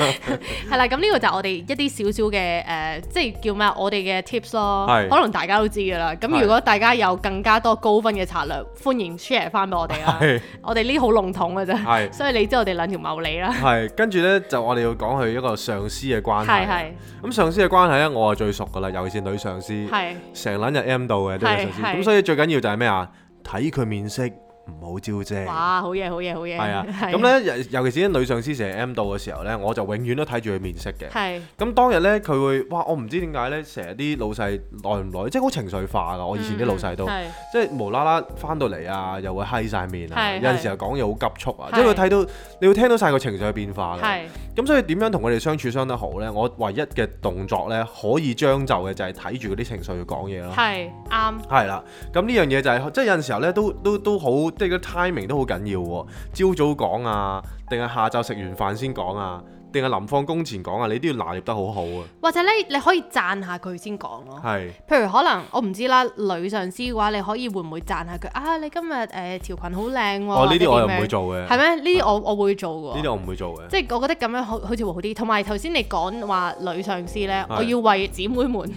[SPEAKER 2] 係啦，咁呢個就係我哋一啲少少嘅誒，即係叫咩啊？我哋嘅 tips 咯
[SPEAKER 1] 係，
[SPEAKER 2] 可能大家都知㗎啦。
[SPEAKER 1] 係
[SPEAKER 2] 咁如果大家有更加多高分嘅策略，歡迎 share 翻俾我哋啦。
[SPEAKER 1] 係
[SPEAKER 2] 我哋呢好籠統嘅啫，
[SPEAKER 1] 係
[SPEAKER 2] 所以你知我哋兩條茂利啦。
[SPEAKER 1] 係，跟住咧就我哋要講佢一個上司嘅關
[SPEAKER 2] 係
[SPEAKER 1] 係，
[SPEAKER 2] 係
[SPEAKER 1] 咁上司嘅關係咧我係最熟噶啦，尤其是女上司，
[SPEAKER 2] 係，
[SPEAKER 1] 成撚日 M 到嘅啲女上司，
[SPEAKER 2] 係係
[SPEAKER 1] 咁所以最緊要就係咩啊？睇佢面色，唔好招啫。
[SPEAKER 2] 哇！好嘢好嘢好嘢，
[SPEAKER 1] 係啊，
[SPEAKER 2] 係
[SPEAKER 1] 咁咧尤尤其是啲女上司成日 M 到嘅時候咧，我就永遠都睇住佢面色嘅。
[SPEAKER 2] 係
[SPEAKER 1] 咁當日咧，佢會哇，我唔知點解咧，成日啲老細耐唔耐，即係好情緒化噶。我以前啲老細都。
[SPEAKER 2] 嗯係
[SPEAKER 1] 即係無啦啦翻到嚟啊，又會閪晒面啊，
[SPEAKER 2] 係
[SPEAKER 1] 有陣時候講嘢好急促啊，
[SPEAKER 2] 係
[SPEAKER 1] 即係會睇到你會聽到晒個情緒嘅變化嘅。
[SPEAKER 2] 係
[SPEAKER 1] 咁所以點樣同佢哋相處相得好呢？我唯一嘅動作呢，可以將就嘅就係睇住嗰啲情緒去講嘢咯。
[SPEAKER 2] 係啱
[SPEAKER 1] 係啦，咁呢樣嘢就係、即係有陣時候呢，都都都好即係個 timing 都好緊要喎。朝早講啊，定係下晝食完飯先講啊，定係臨放工前講啊，你都要拿捏得好好啊。
[SPEAKER 2] 或者咧你可以讚下佢先講咯。
[SPEAKER 1] 係
[SPEAKER 2] 譬如可能我唔知啦，女上司嘅話，你可以會唔會讚下佢啊？你今日誒、呃、條裙好靚喎。
[SPEAKER 1] 哦，呢啲我又唔會
[SPEAKER 2] 會
[SPEAKER 1] 做嘅，
[SPEAKER 2] 係咩？呢啲我我會做
[SPEAKER 1] 呢
[SPEAKER 2] 嘅喎。
[SPEAKER 1] 啲我唔會做嘅。
[SPEAKER 2] 即係我覺得咁樣好好似會好啲。同埋頭先你講話女上司呢，
[SPEAKER 1] 係
[SPEAKER 2] 我要為姊妹們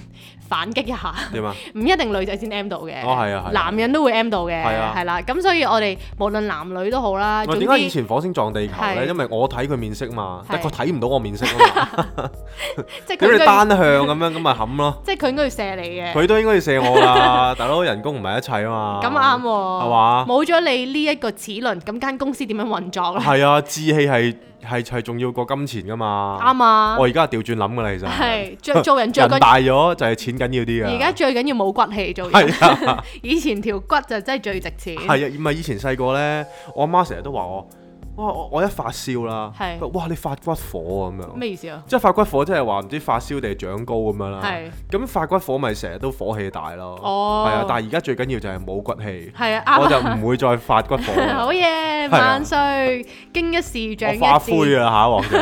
[SPEAKER 2] 反擊一下，
[SPEAKER 1] 點啊？
[SPEAKER 2] 唔一定女仔先 M 到嘅，
[SPEAKER 1] 哦係啊係啊
[SPEAKER 2] 男人都會 M 到嘅，
[SPEAKER 1] 係啊
[SPEAKER 2] 係啦。咁所以我哋無論男女都好啦，
[SPEAKER 1] 喂，
[SPEAKER 2] 總
[SPEAKER 1] 點解以
[SPEAKER 2] 之
[SPEAKER 1] 前火星撞地球
[SPEAKER 2] 係
[SPEAKER 1] 咧？因為我睇佢面色嘛，
[SPEAKER 2] 係
[SPEAKER 1] 但係佢睇唔到我面色啊 嘛。
[SPEAKER 2] 即係
[SPEAKER 1] 咁
[SPEAKER 2] 佢應
[SPEAKER 1] 你
[SPEAKER 2] 該
[SPEAKER 1] 單向咁樣，咁咪冚咯。
[SPEAKER 2] 即係佢應該要射你嘅，
[SPEAKER 1] 佢都應該要射我啦， 大佬人工唔係一切啊嘛。
[SPEAKER 2] 咁啱喎，
[SPEAKER 1] 係嘛
[SPEAKER 2] 冇咗你呢一個齒輪，咁間公司點樣運作咧？
[SPEAKER 1] 係啊，志氣係係係重要過金錢噶嘛。
[SPEAKER 2] 啱啊
[SPEAKER 1] 我，而家係調轉諗噶啦，其實
[SPEAKER 2] 係做做人 最
[SPEAKER 1] 人
[SPEAKER 2] 緊，
[SPEAKER 1] 大咗就係錢緊要啲啊。
[SPEAKER 2] 而家最緊要冇骨氣做人。
[SPEAKER 1] 係啊，
[SPEAKER 2] 以前條骨就真係最值錢，
[SPEAKER 1] 係啊，唔係以前細個咧，我阿媽成日都話我，哇我我一發燒啦，
[SPEAKER 2] 係
[SPEAKER 1] 佢話哇你發骨火啊咁樣，
[SPEAKER 2] 咩意思啊？
[SPEAKER 1] 即係發骨火即係話唔知發燒定係長高咁樣啦。
[SPEAKER 2] 係
[SPEAKER 1] 咁發骨火咪成日都火氣大咯，
[SPEAKER 2] 哦
[SPEAKER 1] 係啊，但係而家最緊要就係冇骨 氣，
[SPEAKER 2] 係啊，
[SPEAKER 1] 我
[SPEAKER 2] 啱
[SPEAKER 1] 就
[SPEAKER 2] 啊，
[SPEAKER 1] 唔會再發骨火啦，
[SPEAKER 2] 好嘢，萬歲，經一事長
[SPEAKER 1] 我
[SPEAKER 2] 一
[SPEAKER 1] 化
[SPEAKER 2] 智。
[SPEAKER 1] 灰啊下一鑊就。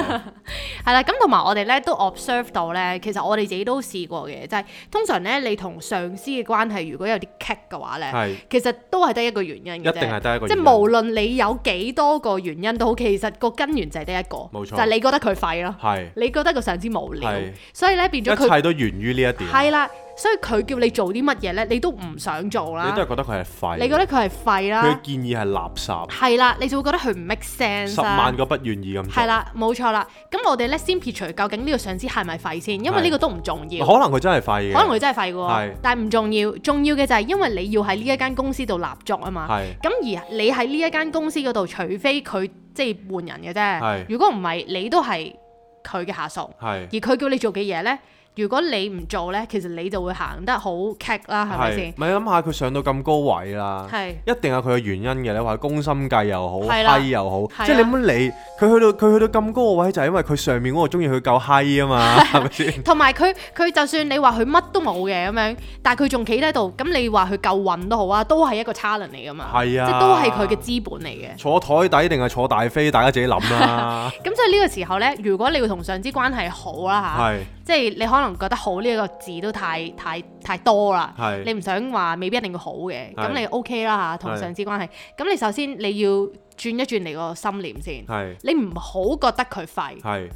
[SPEAKER 2] 係啦，咁同埋我哋咧都 observe 到咧，其實我哋自己都試過嘅，就係、通常咧你同上司嘅關係如果有啲棘嘅話咧，
[SPEAKER 1] 係
[SPEAKER 2] 其實都係得一個原因嘅啫
[SPEAKER 1] 一定係得一個
[SPEAKER 2] 即
[SPEAKER 1] 原
[SPEAKER 2] 係
[SPEAKER 1] 因
[SPEAKER 2] 無論你有幾多個原因都好，其實個根源就係得一個，
[SPEAKER 1] 冇錯
[SPEAKER 2] 就係你覺得佢廢咯，
[SPEAKER 1] 係
[SPEAKER 2] 你覺得個上司無聊
[SPEAKER 1] 係，
[SPEAKER 2] 所以咧變咗
[SPEAKER 1] 一
[SPEAKER 2] 佢
[SPEAKER 1] 切都源於呢一點，
[SPEAKER 2] 係啦，所以佢叫你做啲乜嘢咧，你都唔想做
[SPEAKER 1] 你
[SPEAKER 2] 啦
[SPEAKER 1] 都，係覺得佢係廢，
[SPEAKER 2] 啊你覺得佢係
[SPEAKER 1] 佢
[SPEAKER 2] 廢
[SPEAKER 1] 嘅
[SPEAKER 2] 啦，
[SPEAKER 1] 建議係垃圾，
[SPEAKER 2] 係啦，你就會覺得佢唔 make sense
[SPEAKER 1] 十
[SPEAKER 2] 啦
[SPEAKER 1] 萬個不願意咁
[SPEAKER 2] 係
[SPEAKER 1] 做。
[SPEAKER 2] 啦，冇錯啦。咁我哋咧先撇除究竟呢個上司係咪廢先，因為
[SPEAKER 1] 係
[SPEAKER 2] 呢個都唔重要。
[SPEAKER 1] 可能佢真係廢嘅，
[SPEAKER 2] 可能佢真係廢嘅喎
[SPEAKER 1] 係，
[SPEAKER 2] 但係唔重要。重要嘅就係因為你要喺呢一間公司度立足啊嘛。
[SPEAKER 1] 係
[SPEAKER 2] 咁而你喺呢一間公司嗰度，除非佢即係換人嘅啫
[SPEAKER 1] 係。
[SPEAKER 2] 如果唔係，你都係佢嘅下屬。
[SPEAKER 1] 係
[SPEAKER 2] 而佢叫你做嘅嘢呢，如果你唔做呢，其實你就會行得好棘啦，係咪先？
[SPEAKER 1] 咪諗下佢上到咁高位啦，
[SPEAKER 2] 係
[SPEAKER 1] 一定有佢嘅原因嘅。你話攻心計又好，
[SPEAKER 2] 係啦
[SPEAKER 1] 閪又好
[SPEAKER 2] 係啊，
[SPEAKER 1] 即係你冇理佢去到佢去到咁高個位，就係因為佢上面嗰個中意佢夠閪啊 嘛，係咪先？
[SPEAKER 2] 同埋佢佢就算你話佢乜都冇嘅咁樣，但係佢仲企喺度，咁你話佢夠運都好啊，都係一個 challenge 嚟噶嘛，
[SPEAKER 1] 係啊
[SPEAKER 2] 即係都係佢嘅資本嚟嘅。
[SPEAKER 1] 坐台底定係坐大飛，大家自己諗 啦。
[SPEAKER 2] 咁所以呢個時候呢，如果你要同上司關係好啦
[SPEAKER 1] 係
[SPEAKER 2] 吓，即係你可能覺得好呢個字都太太太多啦，
[SPEAKER 1] 係
[SPEAKER 2] 你唔想話未必一定要好嘅，咁
[SPEAKER 1] 係
[SPEAKER 2] 你 OK 啦吓，同
[SPEAKER 1] 係
[SPEAKER 2] 上司關係。咁你首先你要轉一轉你個心念先，
[SPEAKER 1] 係
[SPEAKER 2] 你唔好覺得佢廢，
[SPEAKER 1] 係，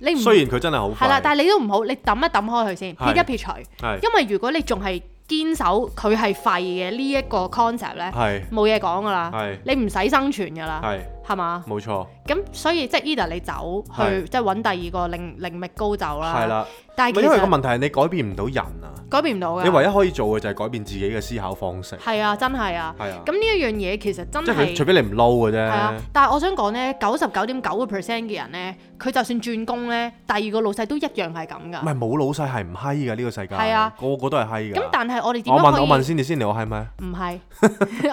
[SPEAKER 2] 你唔
[SPEAKER 1] 雖然佢真係好
[SPEAKER 2] 係啦，
[SPEAKER 1] 廢，
[SPEAKER 2] 但係你都唔好，你抌一抌開佢先，
[SPEAKER 1] 係
[SPEAKER 2] 撇一撇除。
[SPEAKER 1] 係
[SPEAKER 2] 因為如果你仲係堅守佢係廢嘅呢一個 concept 呢，
[SPEAKER 1] 係
[SPEAKER 2] 冇嘢講噶啦，
[SPEAKER 1] 係
[SPEAKER 2] 你唔使生存噶啦，
[SPEAKER 1] 係
[SPEAKER 2] 係嘛？
[SPEAKER 1] 冇錯，
[SPEAKER 2] 咁所以即係 either 你走去
[SPEAKER 1] 係
[SPEAKER 2] 即係揾第二個另另覓高就
[SPEAKER 1] 係
[SPEAKER 2] 啦，
[SPEAKER 1] 啦。
[SPEAKER 2] 但
[SPEAKER 1] 唔係
[SPEAKER 2] 係其
[SPEAKER 1] 因為個
[SPEAKER 2] 實
[SPEAKER 1] 問題係你改變唔到人啊，
[SPEAKER 2] 改變唔到
[SPEAKER 1] 你
[SPEAKER 2] 嘅，
[SPEAKER 1] 唯一可以做嘅就係改變自己嘅思考方式，
[SPEAKER 2] 係啊，真係啊。
[SPEAKER 1] 係啊，
[SPEAKER 2] 咁呢一樣嘢其實真
[SPEAKER 1] 即係佢除
[SPEAKER 2] 係
[SPEAKER 1] 非你唔撈嘅
[SPEAKER 2] 係啊
[SPEAKER 1] 啫，，
[SPEAKER 2] 但係我想講呢，九十九點九個 percent 嘅人呢，佢就算轉工呢，第二個老細都一樣係咁
[SPEAKER 1] 唔
[SPEAKER 2] 噶。
[SPEAKER 1] 係冇老細係唔閪嘅呢個世界，
[SPEAKER 2] 係啊
[SPEAKER 1] 個個都係閪
[SPEAKER 2] 咁
[SPEAKER 1] 㗎。
[SPEAKER 2] 但係我哋點
[SPEAKER 1] 我
[SPEAKER 2] 樣
[SPEAKER 1] 問
[SPEAKER 2] 可
[SPEAKER 1] 我
[SPEAKER 2] 以？
[SPEAKER 1] 問先你先嚟，我係咪？
[SPEAKER 2] 唔係，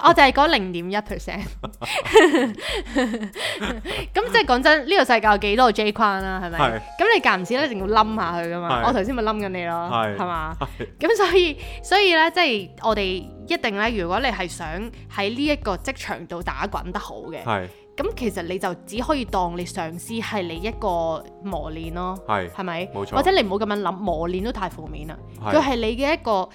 [SPEAKER 2] 我就係講零點一 percent。咁即係講真，呢、個世界有幾多個 J 框啦、係咪？
[SPEAKER 1] 係
[SPEAKER 2] 咁你間唔時咧，一定要冧下佢噶嘛。
[SPEAKER 1] 係
[SPEAKER 2] 我頭先咪冧緊你咯，
[SPEAKER 1] 係
[SPEAKER 2] 係嘛？咁所以所以咧，即係我哋一定咧，如果你係想喺呢一個職場度打滾得好嘅，
[SPEAKER 1] 係
[SPEAKER 2] 咁其實你就只可以當你上司係你一個磨練咯。
[SPEAKER 1] 係
[SPEAKER 2] 係咪？
[SPEAKER 1] 冇錯
[SPEAKER 2] 或者你唔好咁樣諗，磨練都太負面啦。
[SPEAKER 1] 係
[SPEAKER 2] 佢係你嘅一個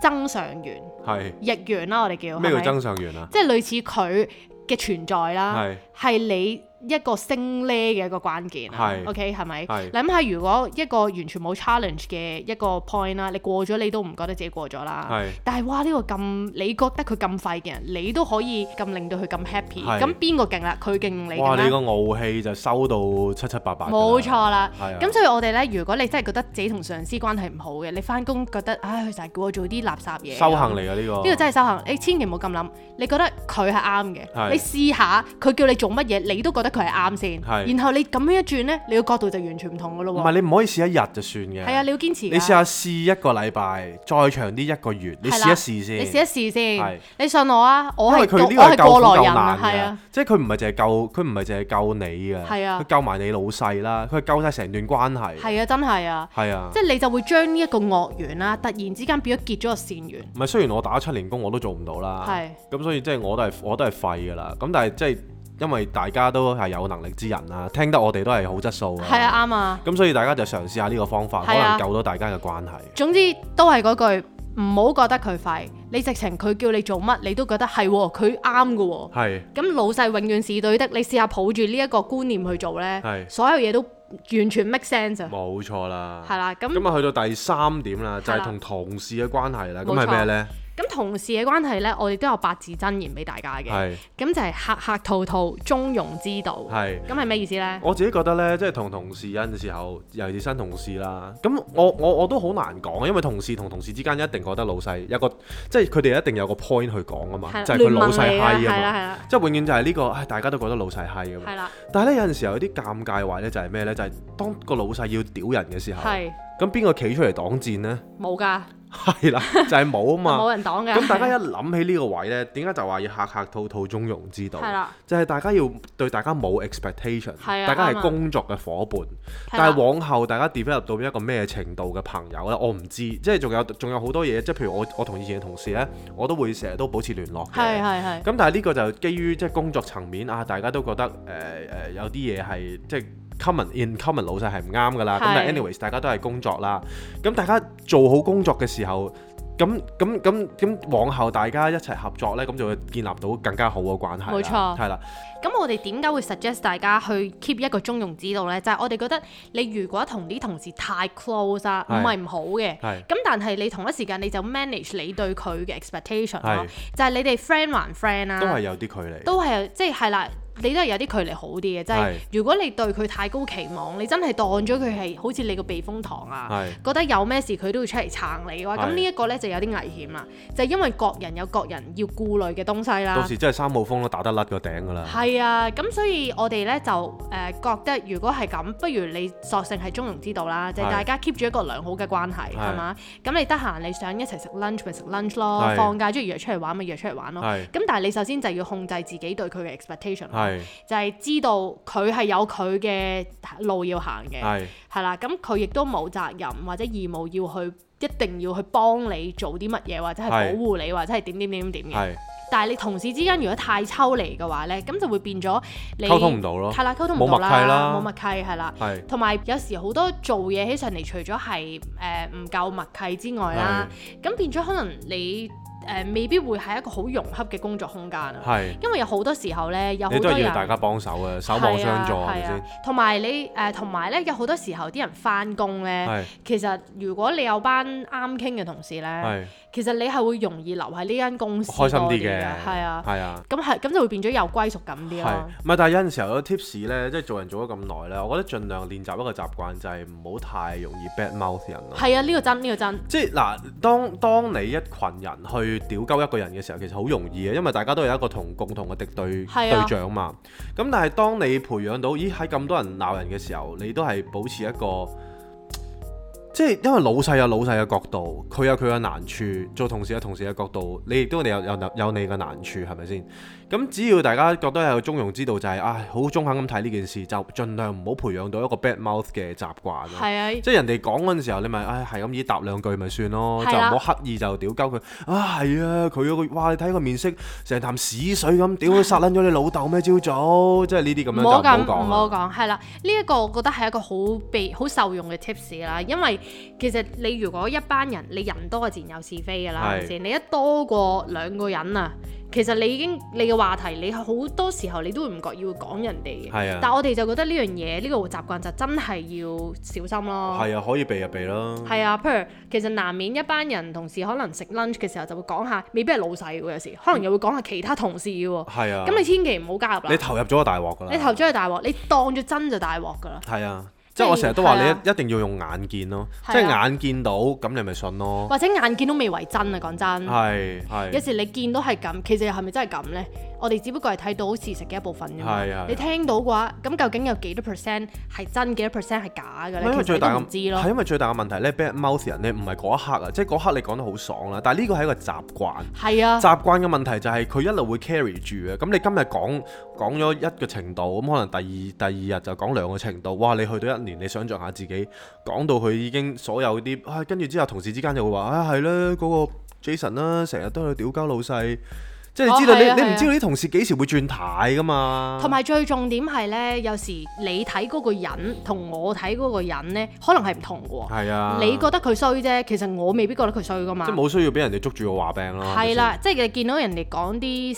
[SPEAKER 2] 增上緣。
[SPEAKER 1] 係
[SPEAKER 2] 逆緣啦，我哋叫
[SPEAKER 1] 咩叫
[SPEAKER 2] 係咪啊
[SPEAKER 1] 增上緣啊？
[SPEAKER 2] 即係類似佢嘅存在啦，
[SPEAKER 1] 係
[SPEAKER 2] 係你一個升呢嘅一個關鍵啊。
[SPEAKER 1] 係
[SPEAKER 2] OK 係咪？
[SPEAKER 1] 係
[SPEAKER 2] 諗下如果一個完全冇 challenge 嘅一個 point 啦，你過咗你都唔覺得自己過咗啦。
[SPEAKER 1] 係
[SPEAKER 2] 但係哇，呢、個咁你覺得佢咁廢嘅人，你都可以咁令到佢咁 happy，
[SPEAKER 1] 係
[SPEAKER 2] 咁邊個勁啦？佢勁你
[SPEAKER 1] 哇！
[SPEAKER 2] 勁
[SPEAKER 1] 你
[SPEAKER 2] 啦？
[SPEAKER 1] 個傲氣就收到七七八八㗎啦，
[SPEAKER 2] 冇錯啦。
[SPEAKER 1] 係啊，
[SPEAKER 2] 咁所以我哋呢，如果你真係覺得自己同上司關係唔好嘅，你翻工覺得唉，佢成日叫我做啲垃圾嘢啊，
[SPEAKER 1] 修行嚟㗎呢個，
[SPEAKER 2] 呢個真係修行，你千祈唔好咁諗。你覺得佢係啱嘅，
[SPEAKER 1] 係
[SPEAKER 2] 你試下佢叫你做乜嘢，你都覺得佢係啱先，
[SPEAKER 1] 係
[SPEAKER 2] 然後你咁樣一轉咧，你個角度就完全唔同噶咯
[SPEAKER 1] 唔
[SPEAKER 2] 喎。
[SPEAKER 1] 係你唔可以試一日就算嘅。
[SPEAKER 2] 啊係啊，你要堅持㗎。
[SPEAKER 1] 你試下試一個禮拜，再長啲一個月，你
[SPEAKER 2] 係
[SPEAKER 1] 試
[SPEAKER 2] 啦
[SPEAKER 1] 一試先。
[SPEAKER 2] 你試一試
[SPEAKER 1] 係
[SPEAKER 2] 先。你信我啊，我
[SPEAKER 1] 因
[SPEAKER 2] 係
[SPEAKER 1] 為
[SPEAKER 2] 過
[SPEAKER 1] 佢
[SPEAKER 2] 我
[SPEAKER 1] 呢個係
[SPEAKER 2] 係
[SPEAKER 1] 救苦
[SPEAKER 2] 過來
[SPEAKER 1] 救
[SPEAKER 2] 人啊，係
[SPEAKER 1] 難
[SPEAKER 2] 啊
[SPEAKER 1] 嘅，，即係佢唔係淨係救，佢唔係淨係救你嘅，
[SPEAKER 2] 係啊
[SPEAKER 1] 佢救埋你老細啦，佢係救晒成段關係，
[SPEAKER 2] 係啊，真係啊，
[SPEAKER 1] 係啊
[SPEAKER 2] 即。係你就會將呢一個惡緣啦，突然之間變咗結咗個善緣。
[SPEAKER 1] 唔係雖然我打七年工我都做唔到啦，
[SPEAKER 2] 係
[SPEAKER 1] 咁所以即係我都係我都係廢㗎啦。咁但係即係因為大家都係有能力之人啦，聽得我哋都係好質素
[SPEAKER 2] 係啊，啱啊。
[SPEAKER 1] 咁所以大家就嘗試下呢個方法，可
[SPEAKER 2] 係啊
[SPEAKER 1] 能救到大家嘅關係。
[SPEAKER 2] 總之都係嗰句，唔好覺得佢廢，你直情佢叫你做乜，你都覺得係喎，佢啱嘅喎。
[SPEAKER 1] 係
[SPEAKER 2] 咁老細永遠是對的，你試下抱住呢一個觀念去做呢
[SPEAKER 1] 係，
[SPEAKER 2] 所有嘢都完全 make sense 啊。
[SPEAKER 1] 冇錯啦。
[SPEAKER 2] 係啦，咁
[SPEAKER 1] 咁啊，去到第三點啦，就
[SPEAKER 2] 係
[SPEAKER 1] 係
[SPEAKER 2] 啦
[SPEAKER 1] 同同事嘅關係啦。咁
[SPEAKER 2] 冇
[SPEAKER 1] 係
[SPEAKER 2] 錯
[SPEAKER 1] 咩呢？
[SPEAKER 2] 咁同事嘅關係呢，我哋都有八字真言俾大家嘅，
[SPEAKER 1] 係
[SPEAKER 2] 咁就係客客套套，中庸之道。
[SPEAKER 1] 係。
[SPEAKER 2] 咁係咩意思呢？
[SPEAKER 1] 我自己覺得呢，即係同同事有陣時候，尤其是新同事啦。咁我我我都好難講，因為同事同同事之間一定覺得老細有個，即係佢哋一定有個 point 去講啊嘛
[SPEAKER 2] 係，啦
[SPEAKER 1] 就係佢老細
[SPEAKER 2] 聯盟嚟
[SPEAKER 1] 閪
[SPEAKER 2] 㗎係
[SPEAKER 1] 啊
[SPEAKER 2] 啦
[SPEAKER 1] 嘛。
[SPEAKER 2] 係啦
[SPEAKER 1] 即係永遠就係呢個，唉，大家都覺得老細閪咁啊
[SPEAKER 2] 係
[SPEAKER 1] 嘛。
[SPEAKER 2] 啦，
[SPEAKER 1] 但係呢，有陣時候有啲尷尬位呢，就係咩呢？就係當個老細要屌人嘅時候，
[SPEAKER 2] 係
[SPEAKER 1] 咁邊個企出嚟擋箭呢？
[SPEAKER 2] 冇㗎，
[SPEAKER 1] 係 啦，就係冇啊嘛。
[SPEAKER 2] 冇人擋㗎。
[SPEAKER 1] 咁 大家一諗起呢個位呢，點解就話要客客套套中庸之道？
[SPEAKER 2] 係啦，
[SPEAKER 1] 就係大家要對大家冇 expectation，
[SPEAKER 2] 係啊
[SPEAKER 1] 大家
[SPEAKER 2] 啱
[SPEAKER 1] 係
[SPEAKER 2] 啊
[SPEAKER 1] 工作嘅伙伴。
[SPEAKER 2] 係
[SPEAKER 1] 但係
[SPEAKER 2] 啦，
[SPEAKER 1] 往後大家 develop 到一個咩程度嘅朋友呢？我唔知。即係仲有仲有好多嘢，即係譬如我我同以前嘅同事呢，我都會成日都保持聯絡
[SPEAKER 2] 係
[SPEAKER 1] 嘅。
[SPEAKER 2] 係係。
[SPEAKER 1] 咁但係呢個就基於即係工作層面啊，大家都覺得誒誒、呃有啲嘢係即係 common in common 老細係唔啱㗎啦。咁
[SPEAKER 2] 係
[SPEAKER 1] 但係 anyways 大家都係工作啦。咁大家做好工作嘅時候，咁咁咁咁往後大家一齊合作呢，咁就會建立到更加好嘅關係啦。
[SPEAKER 2] 冇錯
[SPEAKER 1] 係啦，
[SPEAKER 2] 咁我哋點解會 suggest 大家去 keep 一個中庸之道呢？就係、我哋覺得你如果同啲同事太 close 啊，唔
[SPEAKER 1] 係
[SPEAKER 2] 係唔好嘅。
[SPEAKER 1] 係
[SPEAKER 2] 咁但係你同一時間你就 manage 你對佢嘅 expectation
[SPEAKER 1] 係
[SPEAKER 2] 咯，就係你哋 friend 還 friend 啦、
[SPEAKER 1] 都係有啲距離。
[SPEAKER 2] 都係即係係啦，你都係有啲距離好啲嘅，即係
[SPEAKER 1] 係
[SPEAKER 2] 如果你對佢太高期望，你真係當咗佢係好似你個避風塘啊，
[SPEAKER 1] 係
[SPEAKER 2] 覺得有咩事佢都要出嚟撐你嘅話，
[SPEAKER 1] 係
[SPEAKER 2] 咁呢一個呢就有啲危險啦，就係因為各人有各人要顧慮嘅東西啦。
[SPEAKER 1] 到時真係三號風都打得甩個頂㗎啦。
[SPEAKER 2] 係啊，咁所以我哋咧就誒、呃、覺得，如果係咁，不如你索性係中庸之道啦，就係
[SPEAKER 1] 係
[SPEAKER 2] 大家 keep 住一個良好嘅關係，
[SPEAKER 1] 係
[SPEAKER 2] 係嘛？咁你得閒你想一齊食 lunch 咪食 lunch 咯
[SPEAKER 1] 係，
[SPEAKER 2] 放假中意約出嚟玩咪約出嚟玩咯。
[SPEAKER 1] 係
[SPEAKER 2] 咁但係你首先就要控制自己對佢嘅 expectation，咯
[SPEAKER 1] 係
[SPEAKER 2] 就係知道佢係有佢嘅路要行嘅，
[SPEAKER 1] 係
[SPEAKER 2] 係啦。咁佢亦都冇責任或者義務要去一定要去幫你做啲乜嘢，或者係
[SPEAKER 1] 係
[SPEAKER 2] 保護你，或者係點點點點點嘅。
[SPEAKER 1] 係
[SPEAKER 2] 但係你同事之間如果太抽離嘅話呢，咁就會變咗你
[SPEAKER 1] 溝通唔到咯
[SPEAKER 2] 係啦，溝通
[SPEAKER 1] 冇
[SPEAKER 2] 唔
[SPEAKER 1] 默
[SPEAKER 2] 到
[SPEAKER 1] 契啦
[SPEAKER 2] 啦，冇默契係啦。
[SPEAKER 1] 係
[SPEAKER 2] 同埋有時好多做嘢起上嚟，除咗係誒唔夠默契之外啦，咁變咗可能你誒、呃未必會係一個好融洽嘅工作空間啊。
[SPEAKER 1] 係，
[SPEAKER 2] 因為有好多時候呢，有好
[SPEAKER 1] 你都
[SPEAKER 2] 多
[SPEAKER 1] 係
[SPEAKER 2] 人
[SPEAKER 1] 要大家幫手嘅，守望相助係咪
[SPEAKER 2] 係啊
[SPEAKER 1] 先？，
[SPEAKER 2] 同埋你誒，同埋咧有好多時候啲人翻工呢，
[SPEAKER 1] 係
[SPEAKER 2] 其實如果你有班啱傾嘅同事呢，
[SPEAKER 1] 係
[SPEAKER 2] 其實你係會容易留喺呢間公司
[SPEAKER 1] 開心
[SPEAKER 2] 多
[SPEAKER 1] 啲
[SPEAKER 2] 嘅，
[SPEAKER 1] 嘅，
[SPEAKER 2] 係啊。
[SPEAKER 1] 係啊。
[SPEAKER 2] 咁係咁就會變咗有歸屬感
[SPEAKER 1] 係
[SPEAKER 2] 啲咯。，
[SPEAKER 1] 唔係？但係有陣時候有 tips 咧，即係做人做咗咁耐咧，我覺得盡量練習一個習慣，就係唔好太容易 bad mouth 人咯。
[SPEAKER 2] 係啊，呢、個真呢、個真，
[SPEAKER 1] 即係嗱，當當你一群人去屌鳩一個人嘅時候，其實好容易嘅，因為大家都有一個同共同嘅敵對
[SPEAKER 2] 係啊
[SPEAKER 1] 對象嘛。咁但係當你培養到，咦喺咁多人鬧人嘅時候，你都係保持一個。即係因為老細有老細嘅角度，佢有佢嘅難處，做同事有同事嘅角度，你亦都你有有有你嘅難處，係咪先？咁只要大家覺得有中庸之道，就係、啊好中肯咁睇呢件事，就盡量唔好培養到一個 bad mouth 嘅習慣咯。
[SPEAKER 2] 係啊，
[SPEAKER 1] 即係人哋講嗰陣時候，你咪唉係咁意答兩句咪算咯，就
[SPEAKER 2] 係啦
[SPEAKER 1] 唔好刻意就屌鳩佢。啊係啊，佢嗰個哇你睇佢面色成啖屎水咁，屌佢殺撚咗你老豆咩？朝早即係呢啲咁樣
[SPEAKER 2] 唔
[SPEAKER 1] 就唔
[SPEAKER 2] 好咁，
[SPEAKER 1] 好
[SPEAKER 2] 唔好
[SPEAKER 1] 講啦。
[SPEAKER 2] 講，係啦。呢、一個我覺得係一個好被好受用嘅 tips 啦，因為其實你如果一班人，你人多自然有是非㗎啦，係
[SPEAKER 1] 係
[SPEAKER 2] 咪先？你一多過兩個人啊，其實你已經你嘅話題，你好多時候你都會唔覺意會講人哋嘅。
[SPEAKER 1] 係啊
[SPEAKER 2] 但我哋就覺得呢樣嘢，呢、個習慣就真係要小心咯。
[SPEAKER 1] 係啊，可以避就避啦。
[SPEAKER 2] 係啊，譬如其實難免一班人同事可能食 lunch 嘅時候就會講下，未必係老細喎，有時可能又會講下其他同事嘅喎。
[SPEAKER 1] 係啊，
[SPEAKER 2] 咁你千祈唔好加入
[SPEAKER 1] 你
[SPEAKER 2] 啦，
[SPEAKER 1] 投入咗個大鑊㗎啦。
[SPEAKER 2] 你投咗去大鑊，你當咗真就大鑊㗎啦，
[SPEAKER 1] 係啊，即
[SPEAKER 2] 即係
[SPEAKER 1] 係我成日都話你
[SPEAKER 2] 係啊
[SPEAKER 1] 一一定要用眼見咯，
[SPEAKER 2] 係
[SPEAKER 1] 即
[SPEAKER 2] 啊
[SPEAKER 1] 係眼見到咁你咪信咯。
[SPEAKER 2] 或者眼見都未為真啊！講真，
[SPEAKER 1] 係
[SPEAKER 2] 有
[SPEAKER 1] 係
[SPEAKER 2] 時你見到係咁，其實係咪真係咁呢？我哋只不過係睇到事實嘅一部分啫嘛
[SPEAKER 1] 係係。
[SPEAKER 2] 你聽到嘅話，咁究竟有幾多 percent 係真，幾多 percent 係假嘅
[SPEAKER 1] 唔係因
[SPEAKER 2] 咧？
[SPEAKER 1] 為
[SPEAKER 2] 其實
[SPEAKER 1] 最
[SPEAKER 2] 你都
[SPEAKER 1] 大
[SPEAKER 2] 唔
[SPEAKER 1] 嘅
[SPEAKER 2] 知
[SPEAKER 1] 係
[SPEAKER 2] 咯。
[SPEAKER 1] 因為最大嘅問題咧，bad mouth 人咧唔係嗰一刻啊，即係嗰刻你講得好爽啦，但係呢個係一個習慣。
[SPEAKER 2] 係啊，
[SPEAKER 1] 習慣嘅問題就係佢一路會 carry 住嘅，咁你今日講講咗一個程度，咁可能第二第二日就講兩個程度，哇！你去到一年，你想象下自己講到佢已經所有啲，啊跟住之後同事之間就會話啊係啦，嗰、個 Jason 啦、成日都去屌鳩老細，即係你知道、
[SPEAKER 2] 哦係啊
[SPEAKER 1] 你你
[SPEAKER 2] 係
[SPEAKER 1] 唔
[SPEAKER 2] 啊
[SPEAKER 1] 知道啲同事幾時會轉態噶嘛，
[SPEAKER 2] 同埋最重點係咧，有時你睇嗰個人同我睇嗰個人咧，可能係唔同嘅喎。
[SPEAKER 1] 係啊，
[SPEAKER 2] 你覺得佢衰啫，其實我未必覺得佢衰噶嘛
[SPEAKER 1] 即係。冇需要俾人哋捉住個話柄咯，
[SPEAKER 2] 係啦，即係你見到人哋講啲誒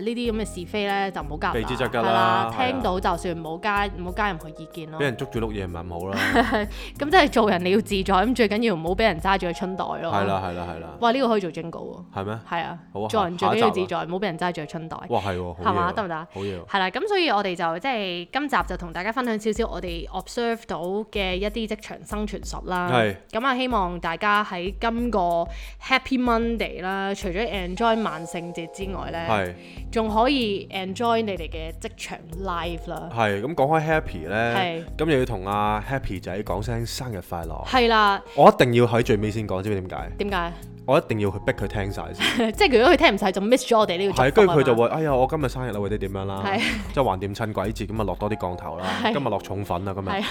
[SPEAKER 2] 呢啲咁嘅是非咧，就唔好加入
[SPEAKER 1] 避之則吉啦係
[SPEAKER 2] 係
[SPEAKER 1] 啊
[SPEAKER 2] 聽到就算唔好加唔好加任何意見
[SPEAKER 1] 係咪先，
[SPEAKER 2] 咯
[SPEAKER 1] 俾。人捉住碌嘢唔係咁好啦，
[SPEAKER 2] 咁即係啊做人你要自在，咁最緊要唔好俾人揸住個春袋咯。
[SPEAKER 1] 係啦係啦係啦，
[SPEAKER 2] 哇！呢個可以做 jingle
[SPEAKER 1] 係咩
[SPEAKER 2] 喎，？係啊
[SPEAKER 1] 好啊，
[SPEAKER 2] 做人最
[SPEAKER 1] 下
[SPEAKER 2] 緊
[SPEAKER 1] 一
[SPEAKER 2] 要
[SPEAKER 1] 集啊
[SPEAKER 2] 自在，唔好俾人揸住個春袋。
[SPEAKER 1] 哇係喎，好
[SPEAKER 2] 係嘛
[SPEAKER 1] 嘢喎
[SPEAKER 2] 得唔得啊
[SPEAKER 1] 好嘢喎，
[SPEAKER 2] 係啦，咁所以我哋就即係今集就同大家分享少少我哋 observe 到嘅一啲職場生存術啦。
[SPEAKER 1] 係
[SPEAKER 2] 咁啊，希望大家喺今個 Happy Monday 啦，除咗 enjoy 萬聖節之外咧，
[SPEAKER 1] 係。
[SPEAKER 2] 仲可以 enjoy 你哋嘅職場 life 啦。
[SPEAKER 1] 係咁講開 Happy
[SPEAKER 2] 係
[SPEAKER 1] 咧，咁又要同阿 Happy 仔講聲生日快樂。
[SPEAKER 2] 係啦，
[SPEAKER 1] 我一定要喺最尾先講，知唔知點解？
[SPEAKER 2] 點解？
[SPEAKER 1] 我一定要去逼佢聽晒先。
[SPEAKER 2] 即係如果佢聽唔晒，就 miss 咗我哋呢個
[SPEAKER 1] 係，
[SPEAKER 2] 祝
[SPEAKER 1] 跟住
[SPEAKER 2] 福啊
[SPEAKER 1] 佢就
[SPEAKER 2] 嘛
[SPEAKER 1] 會，哎呀，我今日生日啦，或者點樣啦
[SPEAKER 2] 係，
[SPEAKER 1] 即係橫掂趁鬼節咁啊，落多啲降頭啦，
[SPEAKER 2] 係
[SPEAKER 1] 今日落重粉啦，今日
[SPEAKER 2] 係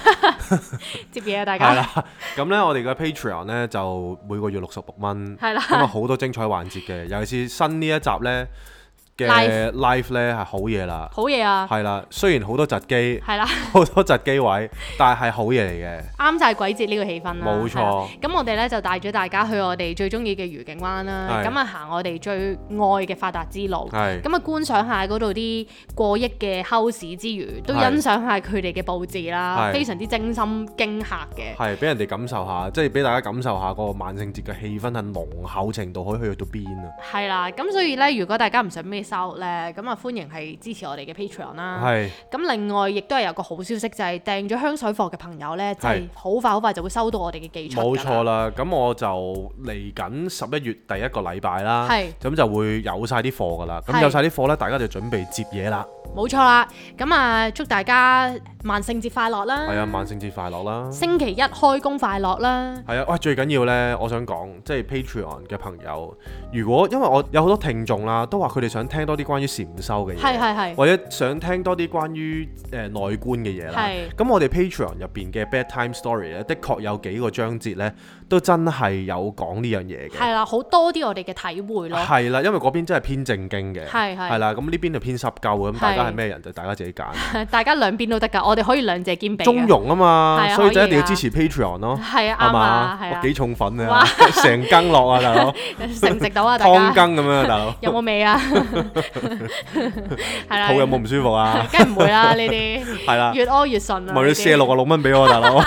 [SPEAKER 2] 接嘢啊，大
[SPEAKER 1] 係
[SPEAKER 2] 家。
[SPEAKER 1] 啦。咁咧，我哋嘅 Patreon 咧就每個月六十六蚊，
[SPEAKER 2] 係啦
[SPEAKER 1] 咁啊好多精彩環節嘅，尤其是新呢一集咧
[SPEAKER 2] Live
[SPEAKER 1] 嘅 live 咧係好嘢啦，
[SPEAKER 2] 好嘢啊！
[SPEAKER 1] 係啦，雖然好多窒機，
[SPEAKER 2] 係啦，
[SPEAKER 1] 好多窒機位，但係係好嘢嚟嘅。
[SPEAKER 2] 啱晒鬼節呢個氣氛啦。
[SPEAKER 1] 冇錯
[SPEAKER 2] 係啦。咁我哋咧就帶咗大家去我哋最中意嘅愉景灣啦。
[SPEAKER 1] 係
[SPEAKER 2] 咁啊行我哋最愛嘅發達之路。
[SPEAKER 1] 係
[SPEAKER 2] 咁啊觀賞下嗰度啲過億嘅 house 之餘，都欣
[SPEAKER 1] 係
[SPEAKER 2] 賞下佢哋嘅佈置啦，
[SPEAKER 1] 係
[SPEAKER 2] 非常之精心驚嚇嘅。
[SPEAKER 1] 係俾人哋感受下，即係俾大家感受下個萬聖節嘅氣氛係濃厚程度可以去到邊啊！
[SPEAKER 2] 係啦，咁所以咧，如果大家唔想 miss out 咧，咁啊歡迎係支持我哋嘅 Patreon 啦。
[SPEAKER 1] 係
[SPEAKER 2] 咁另外亦都係有個好消息，就係訂咗香水貨嘅朋友咧，即係好快好快就會收到我哋嘅寄出㗎
[SPEAKER 1] 冇
[SPEAKER 2] 啦
[SPEAKER 1] 錯啦，咁我就嚟緊十一月第一個禮拜啦
[SPEAKER 2] 係，
[SPEAKER 1] 咁就會有晒啲貨噶啦。咁
[SPEAKER 2] 係
[SPEAKER 1] 有晒啲貨呢，大家就準備接嘢啦。
[SPEAKER 2] 冇錯啦，咁啊祝大家萬聖節快樂啦！
[SPEAKER 1] 係啊，萬聖節快樂啦！
[SPEAKER 2] 星期一開工快樂啦！
[SPEAKER 1] 係啊，喂，最緊要呢，我想講，即係 Patreon 嘅朋友，如果因為我有好多聽眾啦，都話佢哋想聽多啲關於禪修嘅嘢。
[SPEAKER 2] 係係係，
[SPEAKER 1] 或者想聽多啲關於誒、呃、內觀嘅嘢啦
[SPEAKER 2] 係，
[SPEAKER 1] 咁我哋 Patreon 入邊嘅 Bedtime Story 咧，的確有幾個章節咧，都真係有講呢樣嘢嘅。
[SPEAKER 2] 係啦，好多啲我哋嘅體會咯。
[SPEAKER 1] 係啦，因為嗰邊真係偏正經嘅，
[SPEAKER 2] 係係
[SPEAKER 1] 啦，咁呢邊就偏濕鳩咁，
[SPEAKER 2] 係啊
[SPEAKER 1] 大家係咩人就大家自己揀，
[SPEAKER 2] 大家兩邊都得㗎，我哋可以兩者兼備嘅。
[SPEAKER 1] 中庸啊嘛
[SPEAKER 2] 係啊，
[SPEAKER 1] 所以就
[SPEAKER 2] 可以
[SPEAKER 1] 一定要
[SPEAKER 2] 啊
[SPEAKER 1] 支持 Patreon 咯，
[SPEAKER 2] 係啊，
[SPEAKER 1] 係
[SPEAKER 2] 啱
[SPEAKER 1] 嘛
[SPEAKER 2] 啊，，係
[SPEAKER 1] 哇
[SPEAKER 2] 啊
[SPEAKER 1] 幾，重粉啊
[SPEAKER 2] 哇，
[SPEAKER 1] 成羹落啊，大佬，
[SPEAKER 2] 食唔食 到啊？ 大
[SPEAKER 1] 湯
[SPEAKER 2] 家
[SPEAKER 1] 羹咁樣啊，大佬，
[SPEAKER 2] 有冇味啊？ 係啦，
[SPEAKER 1] 肚有冇唔舒服 啊？
[SPEAKER 2] 梗係唔會 啦，呢啲
[SPEAKER 1] 係啦，
[SPEAKER 2] 越屙越順啊！
[SPEAKER 1] 咪要
[SPEAKER 2] 呢啲
[SPEAKER 1] 卸六啊六蚊俾我，大 佬，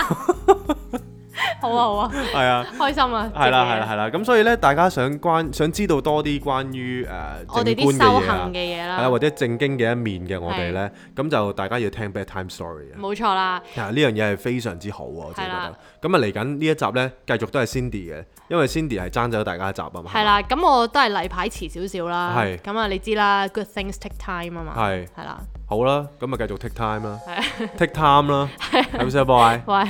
[SPEAKER 2] 好啊好啊，
[SPEAKER 1] 係啊。
[SPEAKER 2] 開心 啊！
[SPEAKER 1] 係啦，
[SPEAKER 2] 食嘢
[SPEAKER 1] 係啦，係啦。咁所以咧，大家想關想知道多啲關於誒、呃、
[SPEAKER 2] 我
[SPEAKER 1] 正
[SPEAKER 2] 哋啲
[SPEAKER 1] 觀嘅
[SPEAKER 2] 修
[SPEAKER 1] 嘢
[SPEAKER 2] 行
[SPEAKER 1] 啊，
[SPEAKER 2] 嘅嘢
[SPEAKER 1] 係啦，或
[SPEAKER 2] 啦，
[SPEAKER 1] 者正經嘅一面嘅我哋咧，咁就大家要聽 bedtime story 啊。
[SPEAKER 2] 冇錯啦，
[SPEAKER 1] 啊！呢樣嘢係非常之好啊，我自己覺
[SPEAKER 2] 嗯係啦
[SPEAKER 1] 得。咁啊，嚟緊呢一集呢，繼續都係 Cindy 嘅，因為 Cindy 係爭走大家一集啊嘛。
[SPEAKER 2] 係啦，咁我都係例牌遲少少啦。
[SPEAKER 1] 係
[SPEAKER 2] 咁啊，你知啦，good things take time 啊嘛。
[SPEAKER 1] 係
[SPEAKER 2] 係啦，
[SPEAKER 1] 好啦，咁啊繼續 take time 啦
[SPEAKER 2] 係
[SPEAKER 1] ，take time 啦，係咪先？Bye。
[SPEAKER 2] 喂。